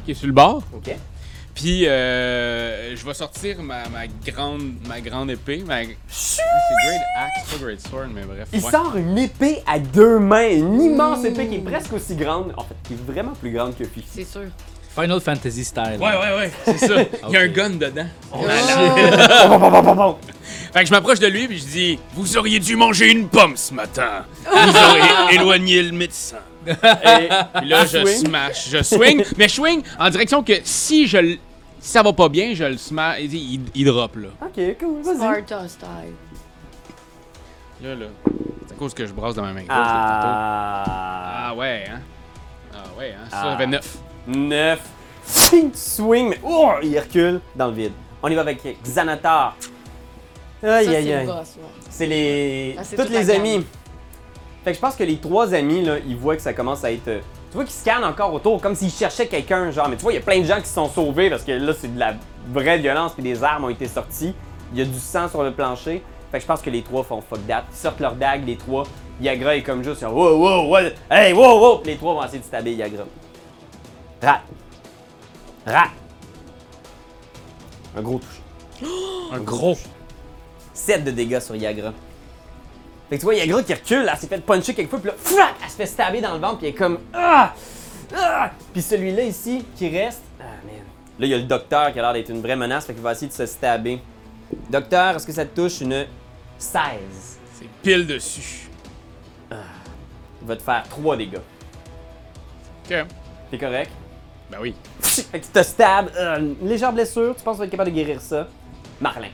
[SPEAKER 2] qui est sur le bord.
[SPEAKER 1] Ok.
[SPEAKER 2] Puis, euh, je vais sortir ma, ma grande, ma grande épée. Ma... C'est Great Axe, pas Great Sword, mais bref.
[SPEAKER 1] Il
[SPEAKER 2] ouais.
[SPEAKER 1] sort une épée à deux mains. Une immense épée qui est presque aussi grande. En fait, qui est vraiment plus grande que Fifi.
[SPEAKER 4] C'est sûr.
[SPEAKER 3] Final Fantasy style.
[SPEAKER 2] Ouais, ouais, ouais, c'est
[SPEAKER 1] *laughs*
[SPEAKER 2] ça. Il y a un
[SPEAKER 3] Ok.
[SPEAKER 2] gun dedans.
[SPEAKER 1] Bon, bon, bon, bon, bon.
[SPEAKER 2] Fait que je m'approche de lui, puis je dis
[SPEAKER 5] Vous auriez dû manger une pomme ce matin. Vous
[SPEAKER 1] *laughs*
[SPEAKER 5] auriez éloigné le médecin.
[SPEAKER 1] Et
[SPEAKER 2] Puis là, je
[SPEAKER 1] Swing.
[SPEAKER 2] smash, je swing, mais je swing en direction que si je l- si ça va pas bien, je le smash, il, il- il drop là.
[SPEAKER 1] Ok, cool.
[SPEAKER 4] Oh,
[SPEAKER 1] Vas-y.
[SPEAKER 6] Sparta style.
[SPEAKER 2] Là, là. C'est à cause que je brasse dans ma main gauche. là, tantôt.
[SPEAKER 1] Ah.
[SPEAKER 2] Ah ouais, hein. Ah ouais, hein. Ça,
[SPEAKER 1] Ah.
[SPEAKER 2] ça fait 9.
[SPEAKER 1] 9. Swing, swing, mais oh, il recule dans le vide. On y va avec Xanatar. Aïe,
[SPEAKER 6] Ça,
[SPEAKER 1] aïe,
[SPEAKER 6] c'est le
[SPEAKER 1] aïe.
[SPEAKER 6] boss, ouais.
[SPEAKER 1] C'est les.
[SPEAKER 6] Ah, c'est
[SPEAKER 1] Toutes
[SPEAKER 6] toute la
[SPEAKER 1] les
[SPEAKER 6] gamme.
[SPEAKER 1] amies. Fait que je pense que les trois amis, là, ils voient que ça commence à être. euh, Tu vois qu'ils scannent encore autour, comme s'ils cherchaient quelqu'un, genre. Mais tu vois, il y a plein de gens qui se sont sauvés parce que là, c'est de la vraie violence, puis des armes ont été sorties. Il y a du sang sur le plancher. Fait que je pense que les trois font fuck that. Ils sortent leurs dagues, les trois. Yagra est comme juste, genre, wow, wow, wow, hey, wow, wow. Les trois vont essayer de stabber Yagra. Rat. Rat. Un gros touche.
[SPEAKER 2] Un gros.
[SPEAKER 1] 7 de dégâts sur Yagra. Fait que tu vois Yagra qui recule, elle s'est fait puncher quelques fois, puis là, frac, elle se fait stabber dans le ventre, puis elle est comme ah, ah! Puis celui-là ici qui reste, ah man. Là, il y a le docteur qui a l'air d'être une vraie menace, fait qu'il va essayer de se stabber. Docteur, est-ce que ça te touche une 16
[SPEAKER 5] C'est pile dessus.
[SPEAKER 1] Il va te faire 3 dégâts.
[SPEAKER 2] Ok.
[SPEAKER 1] T'es correct
[SPEAKER 2] Ben oui.
[SPEAKER 1] Fait que tu te stabs, ah, une légère blessure, tu penses que tu vas être capable de guérir ça Marlin.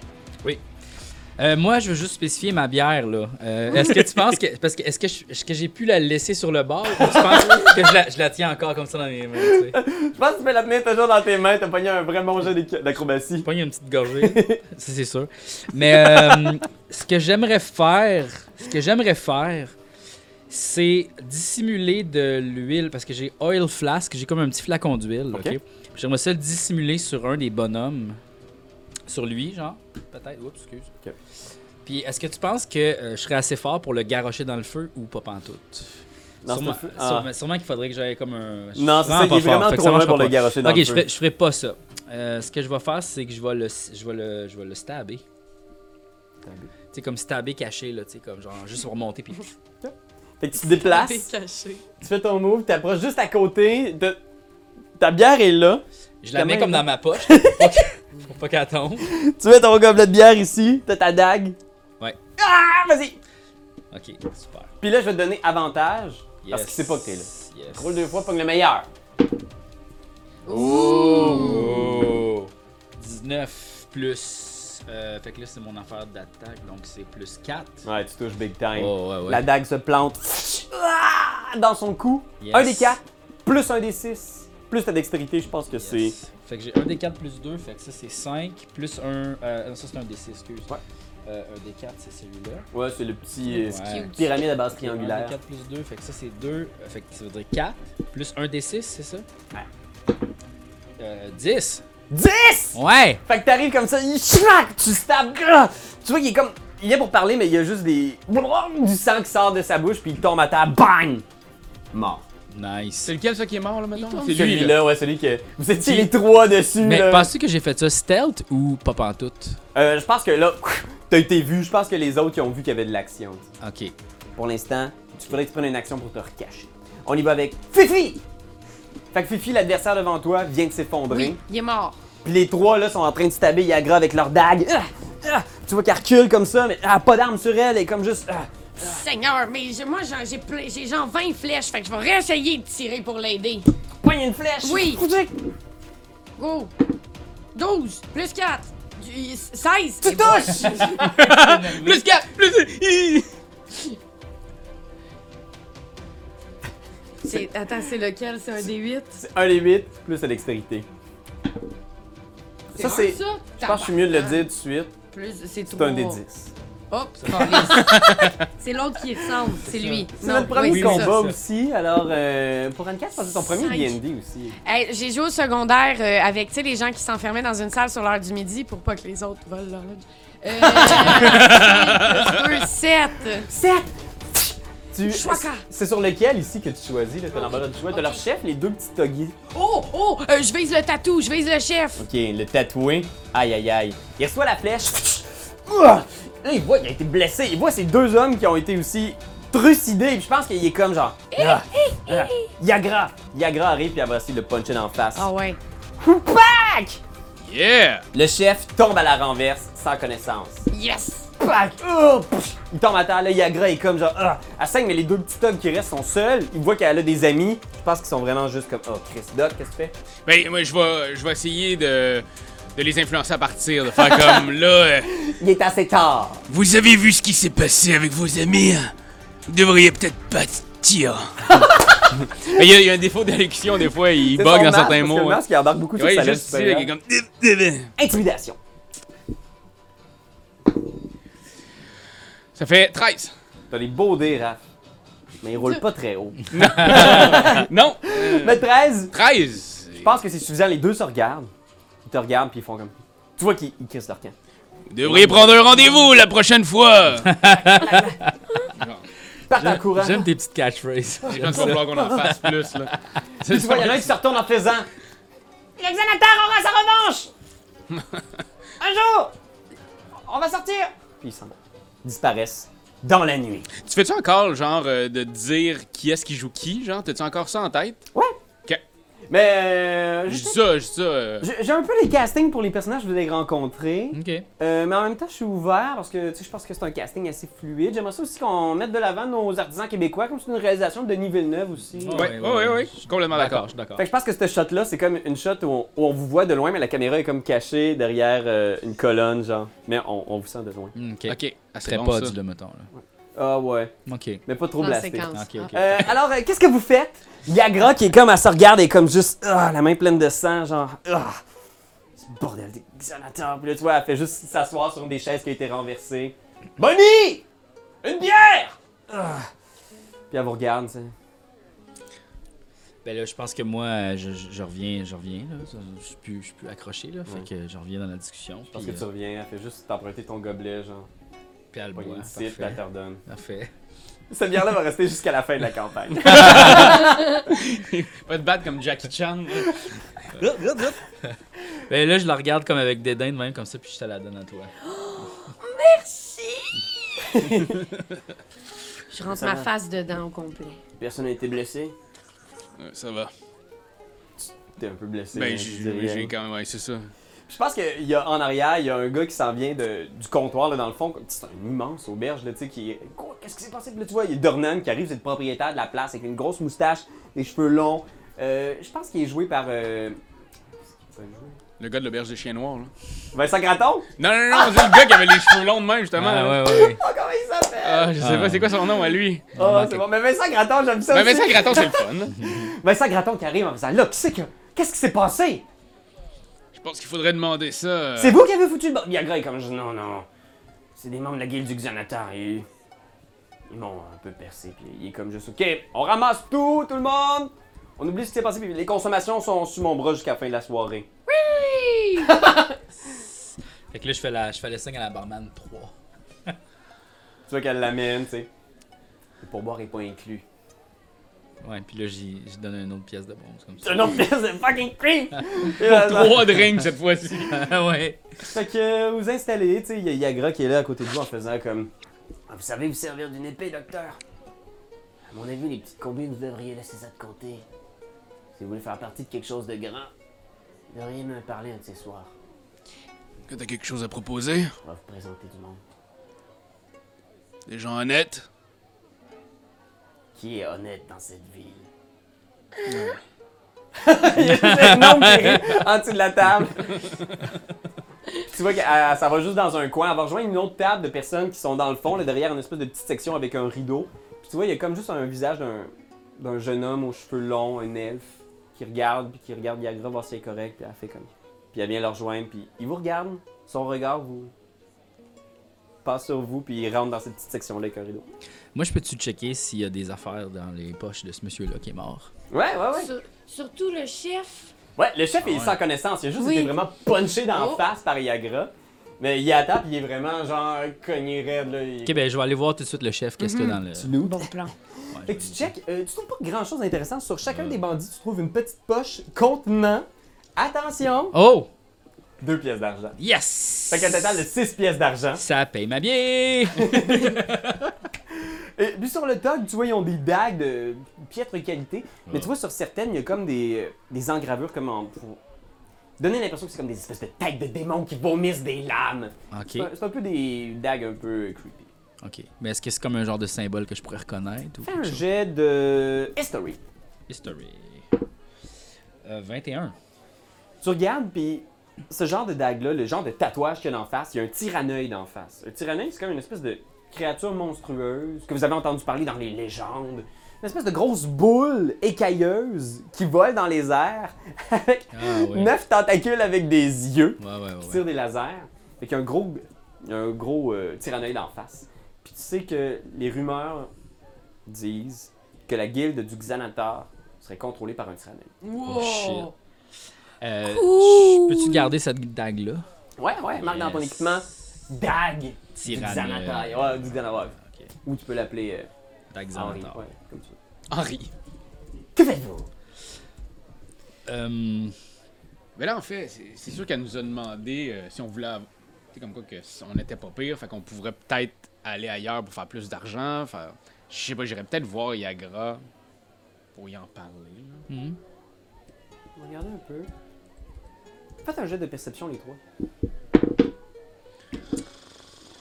[SPEAKER 3] Euh, moi, je veux juste spécifier ma bière là. Euh, est-ce que tu penses que parce que est-ce que je- est-ce que j'ai pu la laisser sur le bord ou tu penses que je la, je la tiens encore comme ça dans mes mains tu sais?
[SPEAKER 1] Je pense que tu peux la tenir toujours dans tes mains, t'as pogné un vrai bon jeu d'éc- d'acrobatie.
[SPEAKER 3] Je *laughs* pogne une petite gorgée, ça c'est sûr. Mais euh, ce que j'aimerais faire, ce que j'aimerais faire, c'est dissimuler de l'huile parce que j'ai oil flask, j'ai comme un petit flacon d'huile,
[SPEAKER 1] Ok.
[SPEAKER 3] ok. J'aimerais ça le dissimuler sur un des bonhommes, sur lui genre, peut-être. Oups, excuse.
[SPEAKER 1] Ok.
[SPEAKER 3] Puis est-ce que tu penses que euh, je serais assez fort pour le garrocher dans le feu ou pas pantoute
[SPEAKER 1] Dans ce
[SPEAKER 3] sûrement,
[SPEAKER 1] feu-
[SPEAKER 3] sûrement-
[SPEAKER 1] Ah.
[SPEAKER 3] sûrement qu'il fafaudrait que j'aille comme un. je suis
[SPEAKER 1] Non, c'est ça, il
[SPEAKER 3] pas
[SPEAKER 1] est
[SPEAKER 3] fort,
[SPEAKER 1] vraiment
[SPEAKER 3] fait que
[SPEAKER 1] trop
[SPEAKER 3] ça marche
[SPEAKER 1] loin pour
[SPEAKER 3] pas.
[SPEAKER 1] le garocher dans
[SPEAKER 3] Ok,
[SPEAKER 1] le
[SPEAKER 3] je,
[SPEAKER 1] feu.
[SPEAKER 3] fais- je ferai pas ça. Euh, ce que je vais faire, c'est que je vais le, je vais le, je vais le stabber. Tu sais, comme stabber caché, là, tu sais, comme genre juste remonter puis.
[SPEAKER 1] Fait que tu te déplaces,
[SPEAKER 6] Décaché.
[SPEAKER 1] tu fais ton move, tu approches juste à côté. de- Ta bière est là.
[SPEAKER 3] Je la mets
[SPEAKER 1] Quand
[SPEAKER 3] comme
[SPEAKER 1] même.
[SPEAKER 3] dans
[SPEAKER 1] *laughs*
[SPEAKER 3] ma poche pour pas que- pour pas qu'elle tombe.
[SPEAKER 1] Tu mets ton gobelet de bière ici, t'as ta dague.
[SPEAKER 3] Ouais.
[SPEAKER 1] Ah, vas-y!
[SPEAKER 3] Ok, super.
[SPEAKER 1] Puis là, je vais te donner avantage. Parce
[SPEAKER 3] Yes.
[SPEAKER 1] qu'il sait pas que t'es là.
[SPEAKER 3] Yes.
[SPEAKER 1] Roule deux fois, pogne le meilleur.
[SPEAKER 3] Oh! 19 plus. euh, fait que là, c'est mon affaire d'attaque, donc c'est plus 4.
[SPEAKER 1] Ouais, tu touches big time.
[SPEAKER 3] Oh, ouais, ouais.
[SPEAKER 1] La dague se plante Ah! dans son cou.
[SPEAKER 3] Yes.
[SPEAKER 1] Un des quatre, plus un des six, plus ta dextérité, je pense que c'est.
[SPEAKER 3] Yes. Fait que j'ai 1 des 4 plus 2, fait que ça c'est 5, plus 1. Euh, non, ça c'est un des 6, excuse.
[SPEAKER 1] Ouais.
[SPEAKER 3] Euh, un des 4, c'est celui-là.
[SPEAKER 1] Ouais, c'est le petit euh,
[SPEAKER 3] Ouais.
[SPEAKER 1] pyramide à base
[SPEAKER 3] Un des
[SPEAKER 1] triangulaire.
[SPEAKER 3] 4 plus 2, fait que ça c'est 2, fait que ça veut dire 4, plus 1 des 6, c'est ça? Euh, 10!
[SPEAKER 1] 10!
[SPEAKER 3] Ouais!
[SPEAKER 1] Fait que t'arrives comme ça, il chlac, tu stabs. grrr. Tu vois qu'il est comme. Il est pour parler, mais il y a juste des. Du sang qui sort de sa bouche, puis il tombe à terre. Bang! Mort.
[SPEAKER 3] Nice.
[SPEAKER 2] C'est lequel, ça, qui est mort, là, maintenant?
[SPEAKER 6] tombe.
[SPEAKER 2] C'est lui, là.
[SPEAKER 1] Celui-là, ouais, celui que. Vous étiez les trois dessus,
[SPEAKER 3] Mais
[SPEAKER 1] là.
[SPEAKER 3] penses-tu que j'ai fait ça stealth ou pas pantoute?
[SPEAKER 1] Euh, je pense que là, t'as été vu. Je pense que les autres, ils ont vu qu'il y avait de l'action.
[SPEAKER 3] Ok.
[SPEAKER 1] Pour l'instant, tu faudrait que tu prennes une action pour te recacher. On y va avec Fifi! Fait que Fifi, l'adversaire devant toi, vient de s'effondrer.
[SPEAKER 4] Oui, il est mort.
[SPEAKER 1] Puis les trois là sont en train de stabber Yagra avec leurs dagues. Ah! Ah! Tu vois qu'elle recule comme ça, mais elle a pas d'arme sur elle, elle est comme juste. ah!
[SPEAKER 4] Seigneur, mais j'ai- moi, j'en- j'ai ple- j'ai genre 20 flèches, fait que je vais réessayer de tirer pour l'aider.
[SPEAKER 1] Poigne une flèche!
[SPEAKER 4] Oui. Go! 12, plus 4, 16!
[SPEAKER 1] Tu touches!
[SPEAKER 2] Plus 4! Plus...
[SPEAKER 4] *laughs*
[SPEAKER 6] C'est- Attends, c'est lequel? C'est un des 8?
[SPEAKER 1] C'est 1 des 8 plus la dextérité. Ça, c'est.
[SPEAKER 6] Ça?
[SPEAKER 1] Je pense que je suis mieux de le dire tout de suite.
[SPEAKER 6] Plus, c'est
[SPEAKER 1] C'est un des
[SPEAKER 6] 3.
[SPEAKER 1] 10.
[SPEAKER 6] Hop, câlisse. c'est l'autre qui ressemble, c'est lui.
[SPEAKER 1] C'est
[SPEAKER 6] Non,
[SPEAKER 1] notre premier
[SPEAKER 6] oui, c'est ça.
[SPEAKER 1] combat aussi, alors euh, pour Anka, je pense que c'est ton premier
[SPEAKER 4] Cinq.
[SPEAKER 1] D&D aussi.
[SPEAKER 4] Hey, j'ai joué au secondaire euh, avec tu sais, les gens qui s'enfermaient dans une salle sur l'heure du midi pour pas que les autres volent leur lunch. Euh, 7.
[SPEAKER 1] 7! Tu...
[SPEAKER 4] Chouaka.
[SPEAKER 1] C'est sur lequel ici que tu choisis, là, t'as l'embarras du choix. T'as leur chef, les deux petits toggies.
[SPEAKER 4] Oh, oh, euh, je vise le tatou, je vise le chef.
[SPEAKER 1] Ok, le tatoué. Aïe aïe aïe. Il reçoit la flèche. Ouah! Là, il voit qu'il a été blessé. Il voit ces deux hommes qui ont été aussi trucidés. Puis je pense qu'il est comme genre. Ah, ah. Yagra! Yagra arrive puis après, il le puncher d'en face.
[SPEAKER 4] Ah ouais.
[SPEAKER 1] Pac!
[SPEAKER 2] Yeah!
[SPEAKER 1] Le chef tombe à la renverse sans connaissance.
[SPEAKER 4] Yes.
[SPEAKER 1] Pac! Oh! Pff! Il tombe à terre, là, Yagra est comme genre. Ah! À 5, mais les deux petits togs qui restent sont seuls. Il voit qu'elle a des amis. Je pense qu'ils sont vraiment juste comme. Oh, Chris Doc, qu'est-ce que tu fais?
[SPEAKER 2] Ben, moi, je vais, je vais essayer de, de les influencer à partir, de faire comme là. euh,
[SPEAKER 1] Il est assez tard.
[SPEAKER 5] Vous avez vu ce qui s'est passé avec vos amis
[SPEAKER 2] hein?
[SPEAKER 5] Vous devriez peut-être
[SPEAKER 2] *laughs*
[SPEAKER 5] partir.
[SPEAKER 2] Mais il y, a- il y a un défaut d'élection, des fois, il
[SPEAKER 1] C'est
[SPEAKER 2] bug dans
[SPEAKER 1] son masque,
[SPEAKER 2] certains
[SPEAKER 1] parce que
[SPEAKER 2] mots.
[SPEAKER 1] Le
[SPEAKER 2] ouais.
[SPEAKER 1] masque, il embarque beaucoup sur
[SPEAKER 2] Ouais,
[SPEAKER 1] sa lèvre
[SPEAKER 2] juste ici, là,
[SPEAKER 1] supérieure.
[SPEAKER 2] qui est comme.
[SPEAKER 1] Intimidation.
[SPEAKER 2] Ça fait 13.
[SPEAKER 1] T'as des beaux dés, Raph. Mais ils roulent pas très haut.
[SPEAKER 2] *laughs* Non!
[SPEAKER 1] *laughs* Mais 13,
[SPEAKER 2] 13!
[SPEAKER 1] je pense que c'est suffisant. Les deux se regardent. Ils te regardent puis ils font comme. Tu vois qu'ils ils crissent leur camp.
[SPEAKER 2] Vous devriez prendre un rendez-vous la prochaine fois!
[SPEAKER 1] Ils partent en courant.
[SPEAKER 3] *laughs* J'aime tes petites catchphrases.
[SPEAKER 2] Je pense qu'il va falloir qu'on en
[SPEAKER 3] *laughs*
[SPEAKER 2] fasse plus, là.
[SPEAKER 1] Puis tu vois, il y en a un qui se retourne en faisant. L'examinateur aura sa revanche!
[SPEAKER 2] *laughs*
[SPEAKER 1] un jour! On va sortir! Puis ils s'en vont. Ils disparaissent dans la nuit.
[SPEAKER 2] Tu fais-tu encore, genre, euh, de dire qui est-ce qui joue qui, genre? T'as-tu encore ça en tête?
[SPEAKER 1] Ouais!
[SPEAKER 2] Ok.
[SPEAKER 1] Mais euh,
[SPEAKER 2] Je
[SPEAKER 1] je
[SPEAKER 2] dis
[SPEAKER 1] sais-
[SPEAKER 2] ça, je dis ça. euh,
[SPEAKER 1] j'ai j'ai un peu les castings pour les personnages que vous avez rencontrés.
[SPEAKER 3] Ok.
[SPEAKER 1] Euh, mais en même temps, je suis ouvert parce que tu sais, je pense que c'est un casting assez fluide. J'aimerais ça aussi qu'on mette de l'avant nos artisans québécois, comme c'est une réalisation de Denis Villeneuve aussi.
[SPEAKER 2] Ouais,
[SPEAKER 3] Ouais.
[SPEAKER 2] ouais, ouais, ouais. Je suis complètement
[SPEAKER 3] D'accord,
[SPEAKER 2] d'accord.
[SPEAKER 3] je suis d'accord.
[SPEAKER 1] Fait que je pense que ce shot-là, c'est comme une shot où on, où on vous voit de loin, mais la caméra est comme cachée derrière euh, une colonne, genre. Mais on, on vous sent de loin.
[SPEAKER 3] Mm, Ok.
[SPEAKER 2] Ok, ah, c'est
[SPEAKER 3] Très
[SPEAKER 2] bon,
[SPEAKER 3] pod,
[SPEAKER 2] ça.
[SPEAKER 3] le mettons. Là.
[SPEAKER 1] Ah ouais,
[SPEAKER 3] Ok.
[SPEAKER 1] mais pas trop
[SPEAKER 4] En
[SPEAKER 1] blasté.
[SPEAKER 4] séquence.
[SPEAKER 3] Ok, ok.
[SPEAKER 1] Euh, alors, euh, qu'est-ce que vous faites? Yagra qui est comme, elle se regarde et comme juste, ah, la main pleine de sang, genre, ah, ce bordel d'exonateur. Puis là, tu vois, elle fait juste s'asseoir sur une des chaises qui a été renversée. Bonnie! Une bière! Ah. Puis elle vous regarde, tu sais.
[SPEAKER 3] Ben là, je pense que moi, euh, je, je- je reviens, je reviens. Là. Je- Je suis plus, je suis plus accroché, là. Fait que je reviens dans la discussion.
[SPEAKER 1] Mm. Je pense que
[SPEAKER 3] puis,
[SPEAKER 1] tu
[SPEAKER 3] euh,
[SPEAKER 1] reviens, elle fait juste t'emprunter ton gobelet, genre.
[SPEAKER 3] puis elle
[SPEAKER 1] Pas
[SPEAKER 3] boit,
[SPEAKER 1] une petite, puis
[SPEAKER 3] parfait.
[SPEAKER 1] elle te redonne.
[SPEAKER 3] Parfait.
[SPEAKER 1] Cette bière-là va rester jusqu'à la fin de la campagne.
[SPEAKER 2] *laughs* Pas te battre comme Jackie Chan.
[SPEAKER 3] Ben là, je la regarde comme avec dédain de même, comme ça, puis je te la donne à toi.
[SPEAKER 4] Je rentre
[SPEAKER 1] Ça
[SPEAKER 4] ma
[SPEAKER 1] va.
[SPEAKER 4] face dedans au complet.
[SPEAKER 1] Personne n'a été blessé.
[SPEAKER 2] Euh, Ça va.
[SPEAKER 1] T'es un peu blessé. hein,
[SPEAKER 2] Ben,
[SPEAKER 1] tu
[SPEAKER 2] j'ai-
[SPEAKER 1] dis rien.
[SPEAKER 2] j'ai quand même. Ouais, c'est ça.
[SPEAKER 1] Je pense qu'il y a en arrière, il y a un gars qui s'en vient de- du comptoir là, dans le fond. C'est une immense auberge là, tu sais, qui est- Quoi? Qu'est-ce qui s'est passé? Puis là, tu vois, il y a Dornan qui arrive, c'est le propriétaire de la place avec une grosse moustache, des cheveux longs. Euh, je pense qu'il est joué par euh,
[SPEAKER 2] Le gars de l'auberge des chiens noirs, là.
[SPEAKER 1] Vincent Oh, Gratton?
[SPEAKER 2] Non, non, non, c'est le gars qui avait les cheveux longs de même, justement. là.
[SPEAKER 3] Ah, ouais, ouais, ouais.
[SPEAKER 1] Oh, comment il s'appelle?
[SPEAKER 2] Ah, je sais
[SPEAKER 3] Ah.
[SPEAKER 2] pas, c'est quoi son nom à lui?
[SPEAKER 1] oh, c'est bon. Mais Vincent Gratton, j'aime ça.
[SPEAKER 2] Ben,
[SPEAKER 1] aussi.
[SPEAKER 2] Vincent Gratton, c'est le fun. là.
[SPEAKER 1] Vincent Gratton qui arrive en faisant Là, qui c'est que. Qu'est-ce qui s'est passé?
[SPEAKER 2] Je pense qu'il faudrait demander ça. euh,
[SPEAKER 1] C'est vous qui avez foutu le bord. Viagra est comme hein, je dis, non, non. C'est des membres de la guilde du Xanatar. Ils, ils m'ont un peu percé. Puis il est comme juste, ok, on ramasse tout, tout le monde. On oublie ce qui s'est passé. Puis les consommations sont sous mon bras jusqu'à la fin de la soirée.
[SPEAKER 3] *laughs* Fait que là, je fais, la, je fais le signe à la barman 3.
[SPEAKER 1] Tu vois qu'elle l'amène, tu sais. Le pourboire est pas inclus.
[SPEAKER 3] Ouais, puis là, j'y j'y donne une autre pièce de bronze, comme
[SPEAKER 1] C'est
[SPEAKER 3] ça.
[SPEAKER 1] un autre *laughs* pièce de fucking *laughs* creep!
[SPEAKER 2] Trois drinks cette fois-ci.
[SPEAKER 3] Ah, *laughs* ouais.
[SPEAKER 1] Fait que euh, vous installez, tu sais, il y a Yagra qui est là à côté de vous en faisant comme. Ah, vous savez vous servir d'une épée, docteur. À mon avis, les petites combines, vous devriez laisser ça de côté. Si vous voulez faire partie de quelque chose de grand, vous devriez me parler un de ces soirs.
[SPEAKER 5] Quand t'as quelque chose à proposer,
[SPEAKER 1] On va vous présenter du monde.
[SPEAKER 5] des gens honnêtes,
[SPEAKER 1] Qui est honnête dans cette ville? *laughs* il y a un homme qui rit en dessous de la table. tu vois que euh, ça va juste dans un coin. Elle va rejoindre une autre table de personnes qui sont dans le fond, là, derrière une espèce de petite section avec un rideau. Puis tu vois, il y a comme juste un visage d'un, d'un jeune homme aux cheveux longs, un elfe, qui regarde, puis qui regarde Yagra voir si elle est correct, puis elle fait comme. Puis elle vient le rejoindre, puis il vous regarde. Son regard vous passe sur vous, puis il rentre dans cette petite section-là avec un rideau.
[SPEAKER 3] Moi, je peux-tu checker s'il y a des affaires dans les poches de ce monsieur-là qui est mort?
[SPEAKER 1] Ouais, ouais, ouais.
[SPEAKER 6] Sur- surtout le chef.
[SPEAKER 1] Ouais, le chef est sans connaissance. Il a juste
[SPEAKER 4] Oui.
[SPEAKER 1] été vraiment punché dans la
[SPEAKER 4] Oh.
[SPEAKER 1] face par Yagra. Mais il est à table, il est vraiment genre cogné raide. Là. Il-
[SPEAKER 3] Ok, ben, je vais aller voir tout de suite le chef, qu'est-ce qu'il y a
[SPEAKER 1] Mm-hmm.
[SPEAKER 3] dans le.
[SPEAKER 1] Snoop.
[SPEAKER 4] Bon plan.
[SPEAKER 3] Ouais,
[SPEAKER 1] Fait que
[SPEAKER 3] je-
[SPEAKER 1] tu check, euh, tu trouves pas grand chose d'intéressant. Sur chacun des bandits, tu trouves une petite poche contenant, attention,
[SPEAKER 3] Oh!
[SPEAKER 1] deux pièces d'argent.
[SPEAKER 3] Yes!
[SPEAKER 1] Fait qu'un total de six hein? pièces d'argent.
[SPEAKER 3] Ça paye
[SPEAKER 1] *laughs*
[SPEAKER 3] ma bière!
[SPEAKER 1] Et Euh, puis sur le tog, tu vois, ils ont des dagues de piètre qualité. Mais tu vois, sur certaines, il y a comme des, euh, des engravures comme en. pour donner l'impression que c'est comme des espèces de têtes de démons qui vomissent des lames.
[SPEAKER 3] ok,
[SPEAKER 1] C'est un- C'est un peu des dagues un peu creepy.
[SPEAKER 3] ok. Mais est-ce que c'est comme un genre de symbole que je pourrais reconnaître ou
[SPEAKER 1] Fais un
[SPEAKER 3] quelque chose?
[SPEAKER 1] jet de history.
[SPEAKER 3] History. Euh, 21.
[SPEAKER 1] Tu regardes, puis ce genre de dague-là, le genre de tatouage qu'il y a d'en face, il y a un tyranneuil d'en face. Un tyranneuil, c'est comme une espèce de créature monstrueuse que vous avez entendu parler dans les légendes. Une espèce de grosse boule écailleuse qui vole dans les airs avec
[SPEAKER 3] Ah, ouais.
[SPEAKER 1] neuf tentacules avec des yeux
[SPEAKER 3] Ouais, ouais,
[SPEAKER 1] qui
[SPEAKER 3] ouais. ouais.
[SPEAKER 1] tirent des lasers. Fait qu'il y a un gros, il y a un gros euh, tyranneuil d'en face. Puis tu sais que les rumeurs disent que la guilde du Xanatar serait contrôlée par un tyranneuil.
[SPEAKER 3] Oh, shit.
[SPEAKER 4] Wow!
[SPEAKER 3] Euh,
[SPEAKER 4] Cool.
[SPEAKER 3] Peux-tu garder cette dague-là?
[SPEAKER 1] Ouais, ouais, marque Ah, dans ton
[SPEAKER 3] Yes.
[SPEAKER 1] équipement. Dag!
[SPEAKER 3] Tyranneux.
[SPEAKER 1] Xanatai. Ouais, du Xanatai.
[SPEAKER 3] Ok.
[SPEAKER 1] Ou tu peux l'appeler euh,
[SPEAKER 3] Dague
[SPEAKER 1] Henri.
[SPEAKER 3] Xanatar.
[SPEAKER 1] Ouais, comme tu veux.
[SPEAKER 2] Henri.
[SPEAKER 1] Que faites-vous?
[SPEAKER 3] Euh,
[SPEAKER 2] Mais là, en fait, c'est c'est sûr qu'elle nous a demandé euh, si on voulait. av- Tu sais, comme quoi, que si on n'était pas pire, fait qu'on pourrait peut-être aller ailleurs pour faire plus d'argent. faire- Je sais pas, j'irais peut-être voir Yagra pour y en parler. là.
[SPEAKER 3] hmm.
[SPEAKER 1] Regardez un peu. Faites un jet de perception, les trois.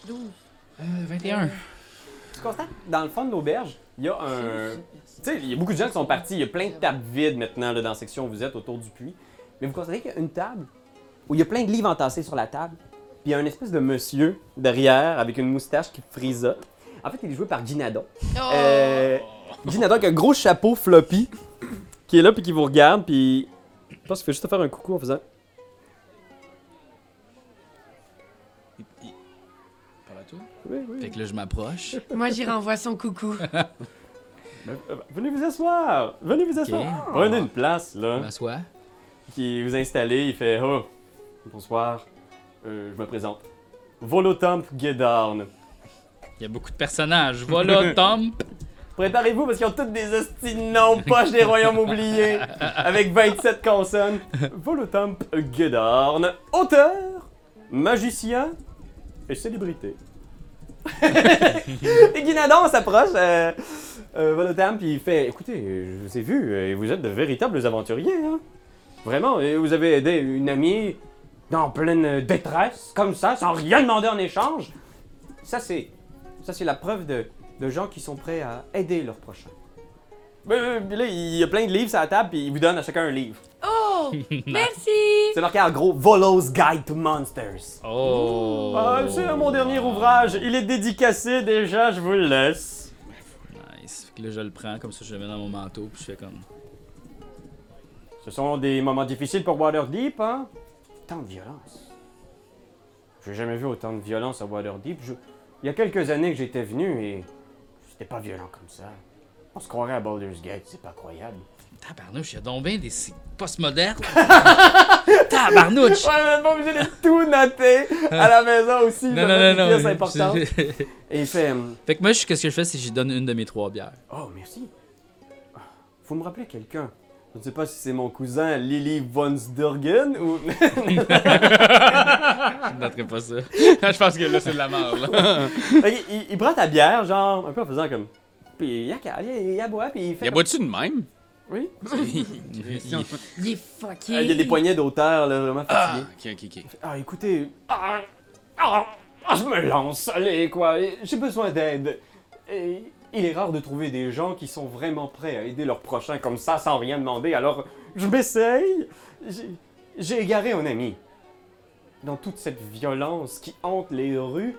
[SPEAKER 4] 12.
[SPEAKER 3] Euh, 21.
[SPEAKER 1] Tu constates, dans le fond de l'auberge, il y a un.
[SPEAKER 4] Euh, *laughs*
[SPEAKER 1] Tu sais, il y a beaucoup de gens qui sont partis. Il y a plein de tables vides maintenant là, dans la section où vous êtes autour du puits. Mais vous constatez qu'il y a une table où il y a plein de livres entassés sur la table. Puis il y a un espèce de monsieur derrière avec une moustache qui frisote. En fait, il est joué par Guinadon.
[SPEAKER 4] Oh!
[SPEAKER 1] Euh, Ginadon avec un gros chapeau floppy qui est là puis qui vous regarde puis je pense qu'il fait juste te faire un coucou en faisant
[SPEAKER 2] Parle à toi.
[SPEAKER 1] oui, oui.
[SPEAKER 3] Fait que là, je m'approche.
[SPEAKER 4] Moi, j'y renvoie son coucou.
[SPEAKER 1] Euh, venez vous asseoir venez vous asseoir prenez une place
[SPEAKER 3] Je
[SPEAKER 1] là
[SPEAKER 3] m'assois.
[SPEAKER 1] qui vous installez il fait oh bonsoir Euh, je me présente Volotamp Guédarn
[SPEAKER 3] Il y a beaucoup de personnages. Voilà, Tom.
[SPEAKER 1] Préparez-vous parce qu'ils ont toutes des hosties de noms poches des royaumes oubliés avec 27 consonnes. Volotemp Guédorn, auteur, magicien et célébrité. et Guinadon s'approche, euh, euh, Volotemp, puis il fait Écoutez, je vous ai vu, euh, et vous êtes de véritables aventuriers. Hein? Vraiment, et vous avez aidé une amie dans pleine détresse, comme ça, sans rien demander en échange. Ça, c'est ça, c'est la preuve de, de gens qui sont prêts à aider leur prochain. Là, il y a plein de livres sur la table, puis il vous donne à chacun un livre.
[SPEAKER 4] Oh! Merci!
[SPEAKER 1] C'est marqué en gros Volo's Guide to Monsters.
[SPEAKER 3] Oh!
[SPEAKER 1] Ah, c'est mon dernier ouvrage. Il est dédicacé déjà, je vous le laisse.
[SPEAKER 3] Nice. Fait que là, je le prends, comme ça, je le mets dans mon manteau, puis je fais comme.
[SPEAKER 1] Ce sont des moments difficiles pour Waterdeep, hein? Tant de violence. J'ai jamais vu autant de violence à Waterdeep. Je- Il y a quelques années que j'étais venu et c'était pas violent comme ça. On se croirait à Baldur's Gate, c'est pas croyable.
[SPEAKER 3] Tabarnouche, il y a donc bien des sites postmodernes. Tabarnouche!
[SPEAKER 1] Ouais, mais pas obligé de tout noter à la maison aussi.
[SPEAKER 3] Non, non, non, non.
[SPEAKER 1] C'est important. Et il fait hum,
[SPEAKER 3] *laughs* fait que moi, je- qu'est-ce que je fais, c'est que j'y donne une de mes trois bières.
[SPEAKER 1] Oh, merci. Faut me rappeler quelqu'un. Je ne sais pas si c'est mon cousin Lily Von Sturgen ou. *laughs*
[SPEAKER 3] Je ne noterai pas ça.
[SPEAKER 2] je pense que là, c'est de la merde. là.
[SPEAKER 1] Fait qu'il- il, il prend ta bière, genre, un peu en faisant comme. Puis il, a- il, il aboie, puis il fait.
[SPEAKER 2] Il boit-tu de même?
[SPEAKER 1] Oui.
[SPEAKER 2] ok,
[SPEAKER 4] Il est
[SPEAKER 1] Euh, Il
[SPEAKER 4] fucké.
[SPEAKER 1] y a des poignées d'auteur, là, vraiment fatigués.
[SPEAKER 2] ok, ok.
[SPEAKER 1] Ah, écoutez. Ah, ah, ah, je me lance, allez, quoi. J'ai besoin d'aide. Et il est rare de trouver des gens qui sont vraiment prêts à aider leurs prochains comme ça sans rien demander, alors je m'essaye. J'ai- J'ai égaré un ami. Dans toute cette violence qui hante les rues,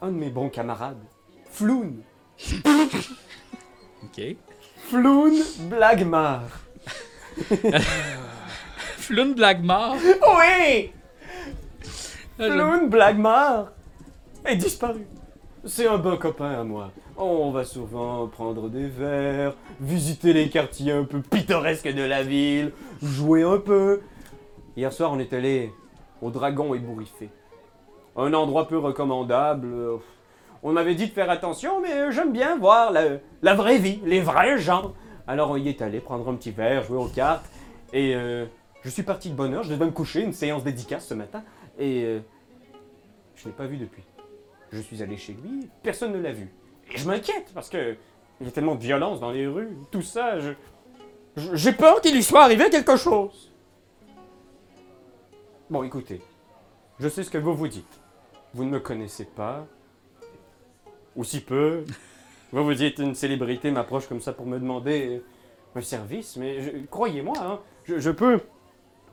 [SPEAKER 1] un de mes bons camarades, Floun,
[SPEAKER 3] OK. *laughs*
[SPEAKER 1] Floun Blagmar.
[SPEAKER 3] Floune Blackmore.
[SPEAKER 1] Oui!
[SPEAKER 3] Ah, j'aime-
[SPEAKER 1] Floun Blagmar est disparu. C'est un bon copain à moi. On va souvent prendre des verres, visiter les quartiers un peu pittoresques de la ville, jouer un peu. Hier soir, on est allé au Dragon ébouriffé. Un endroit peu recommandable. Euh, On m'avait dit de faire attention, mais j'aime bien voir la, la vraie vie, les vrais gens. Alors on y est allé prendre un petit verre, jouer aux cartes. Et euh, je suis parti de bonne heure, je devais me coucher, une séance dédicace ce matin. Et euh, je l'ai pas vu depuis. Je suis allé chez lui, personne ne l'a vu. Et je m'inquiète parce que il y a tellement de violence dans les rues, tout ça. je- je- j'ai peur qu'il lui soit arrivé quelque chose. Bon, écoutez, je sais ce que vous vous dites. Vous ne me connaissez pas, ou si peu. Vous vous dites une célébrité m'approche comme ça pour me demander euh, un service, mais je- croyez-moi, hein, je, je peux.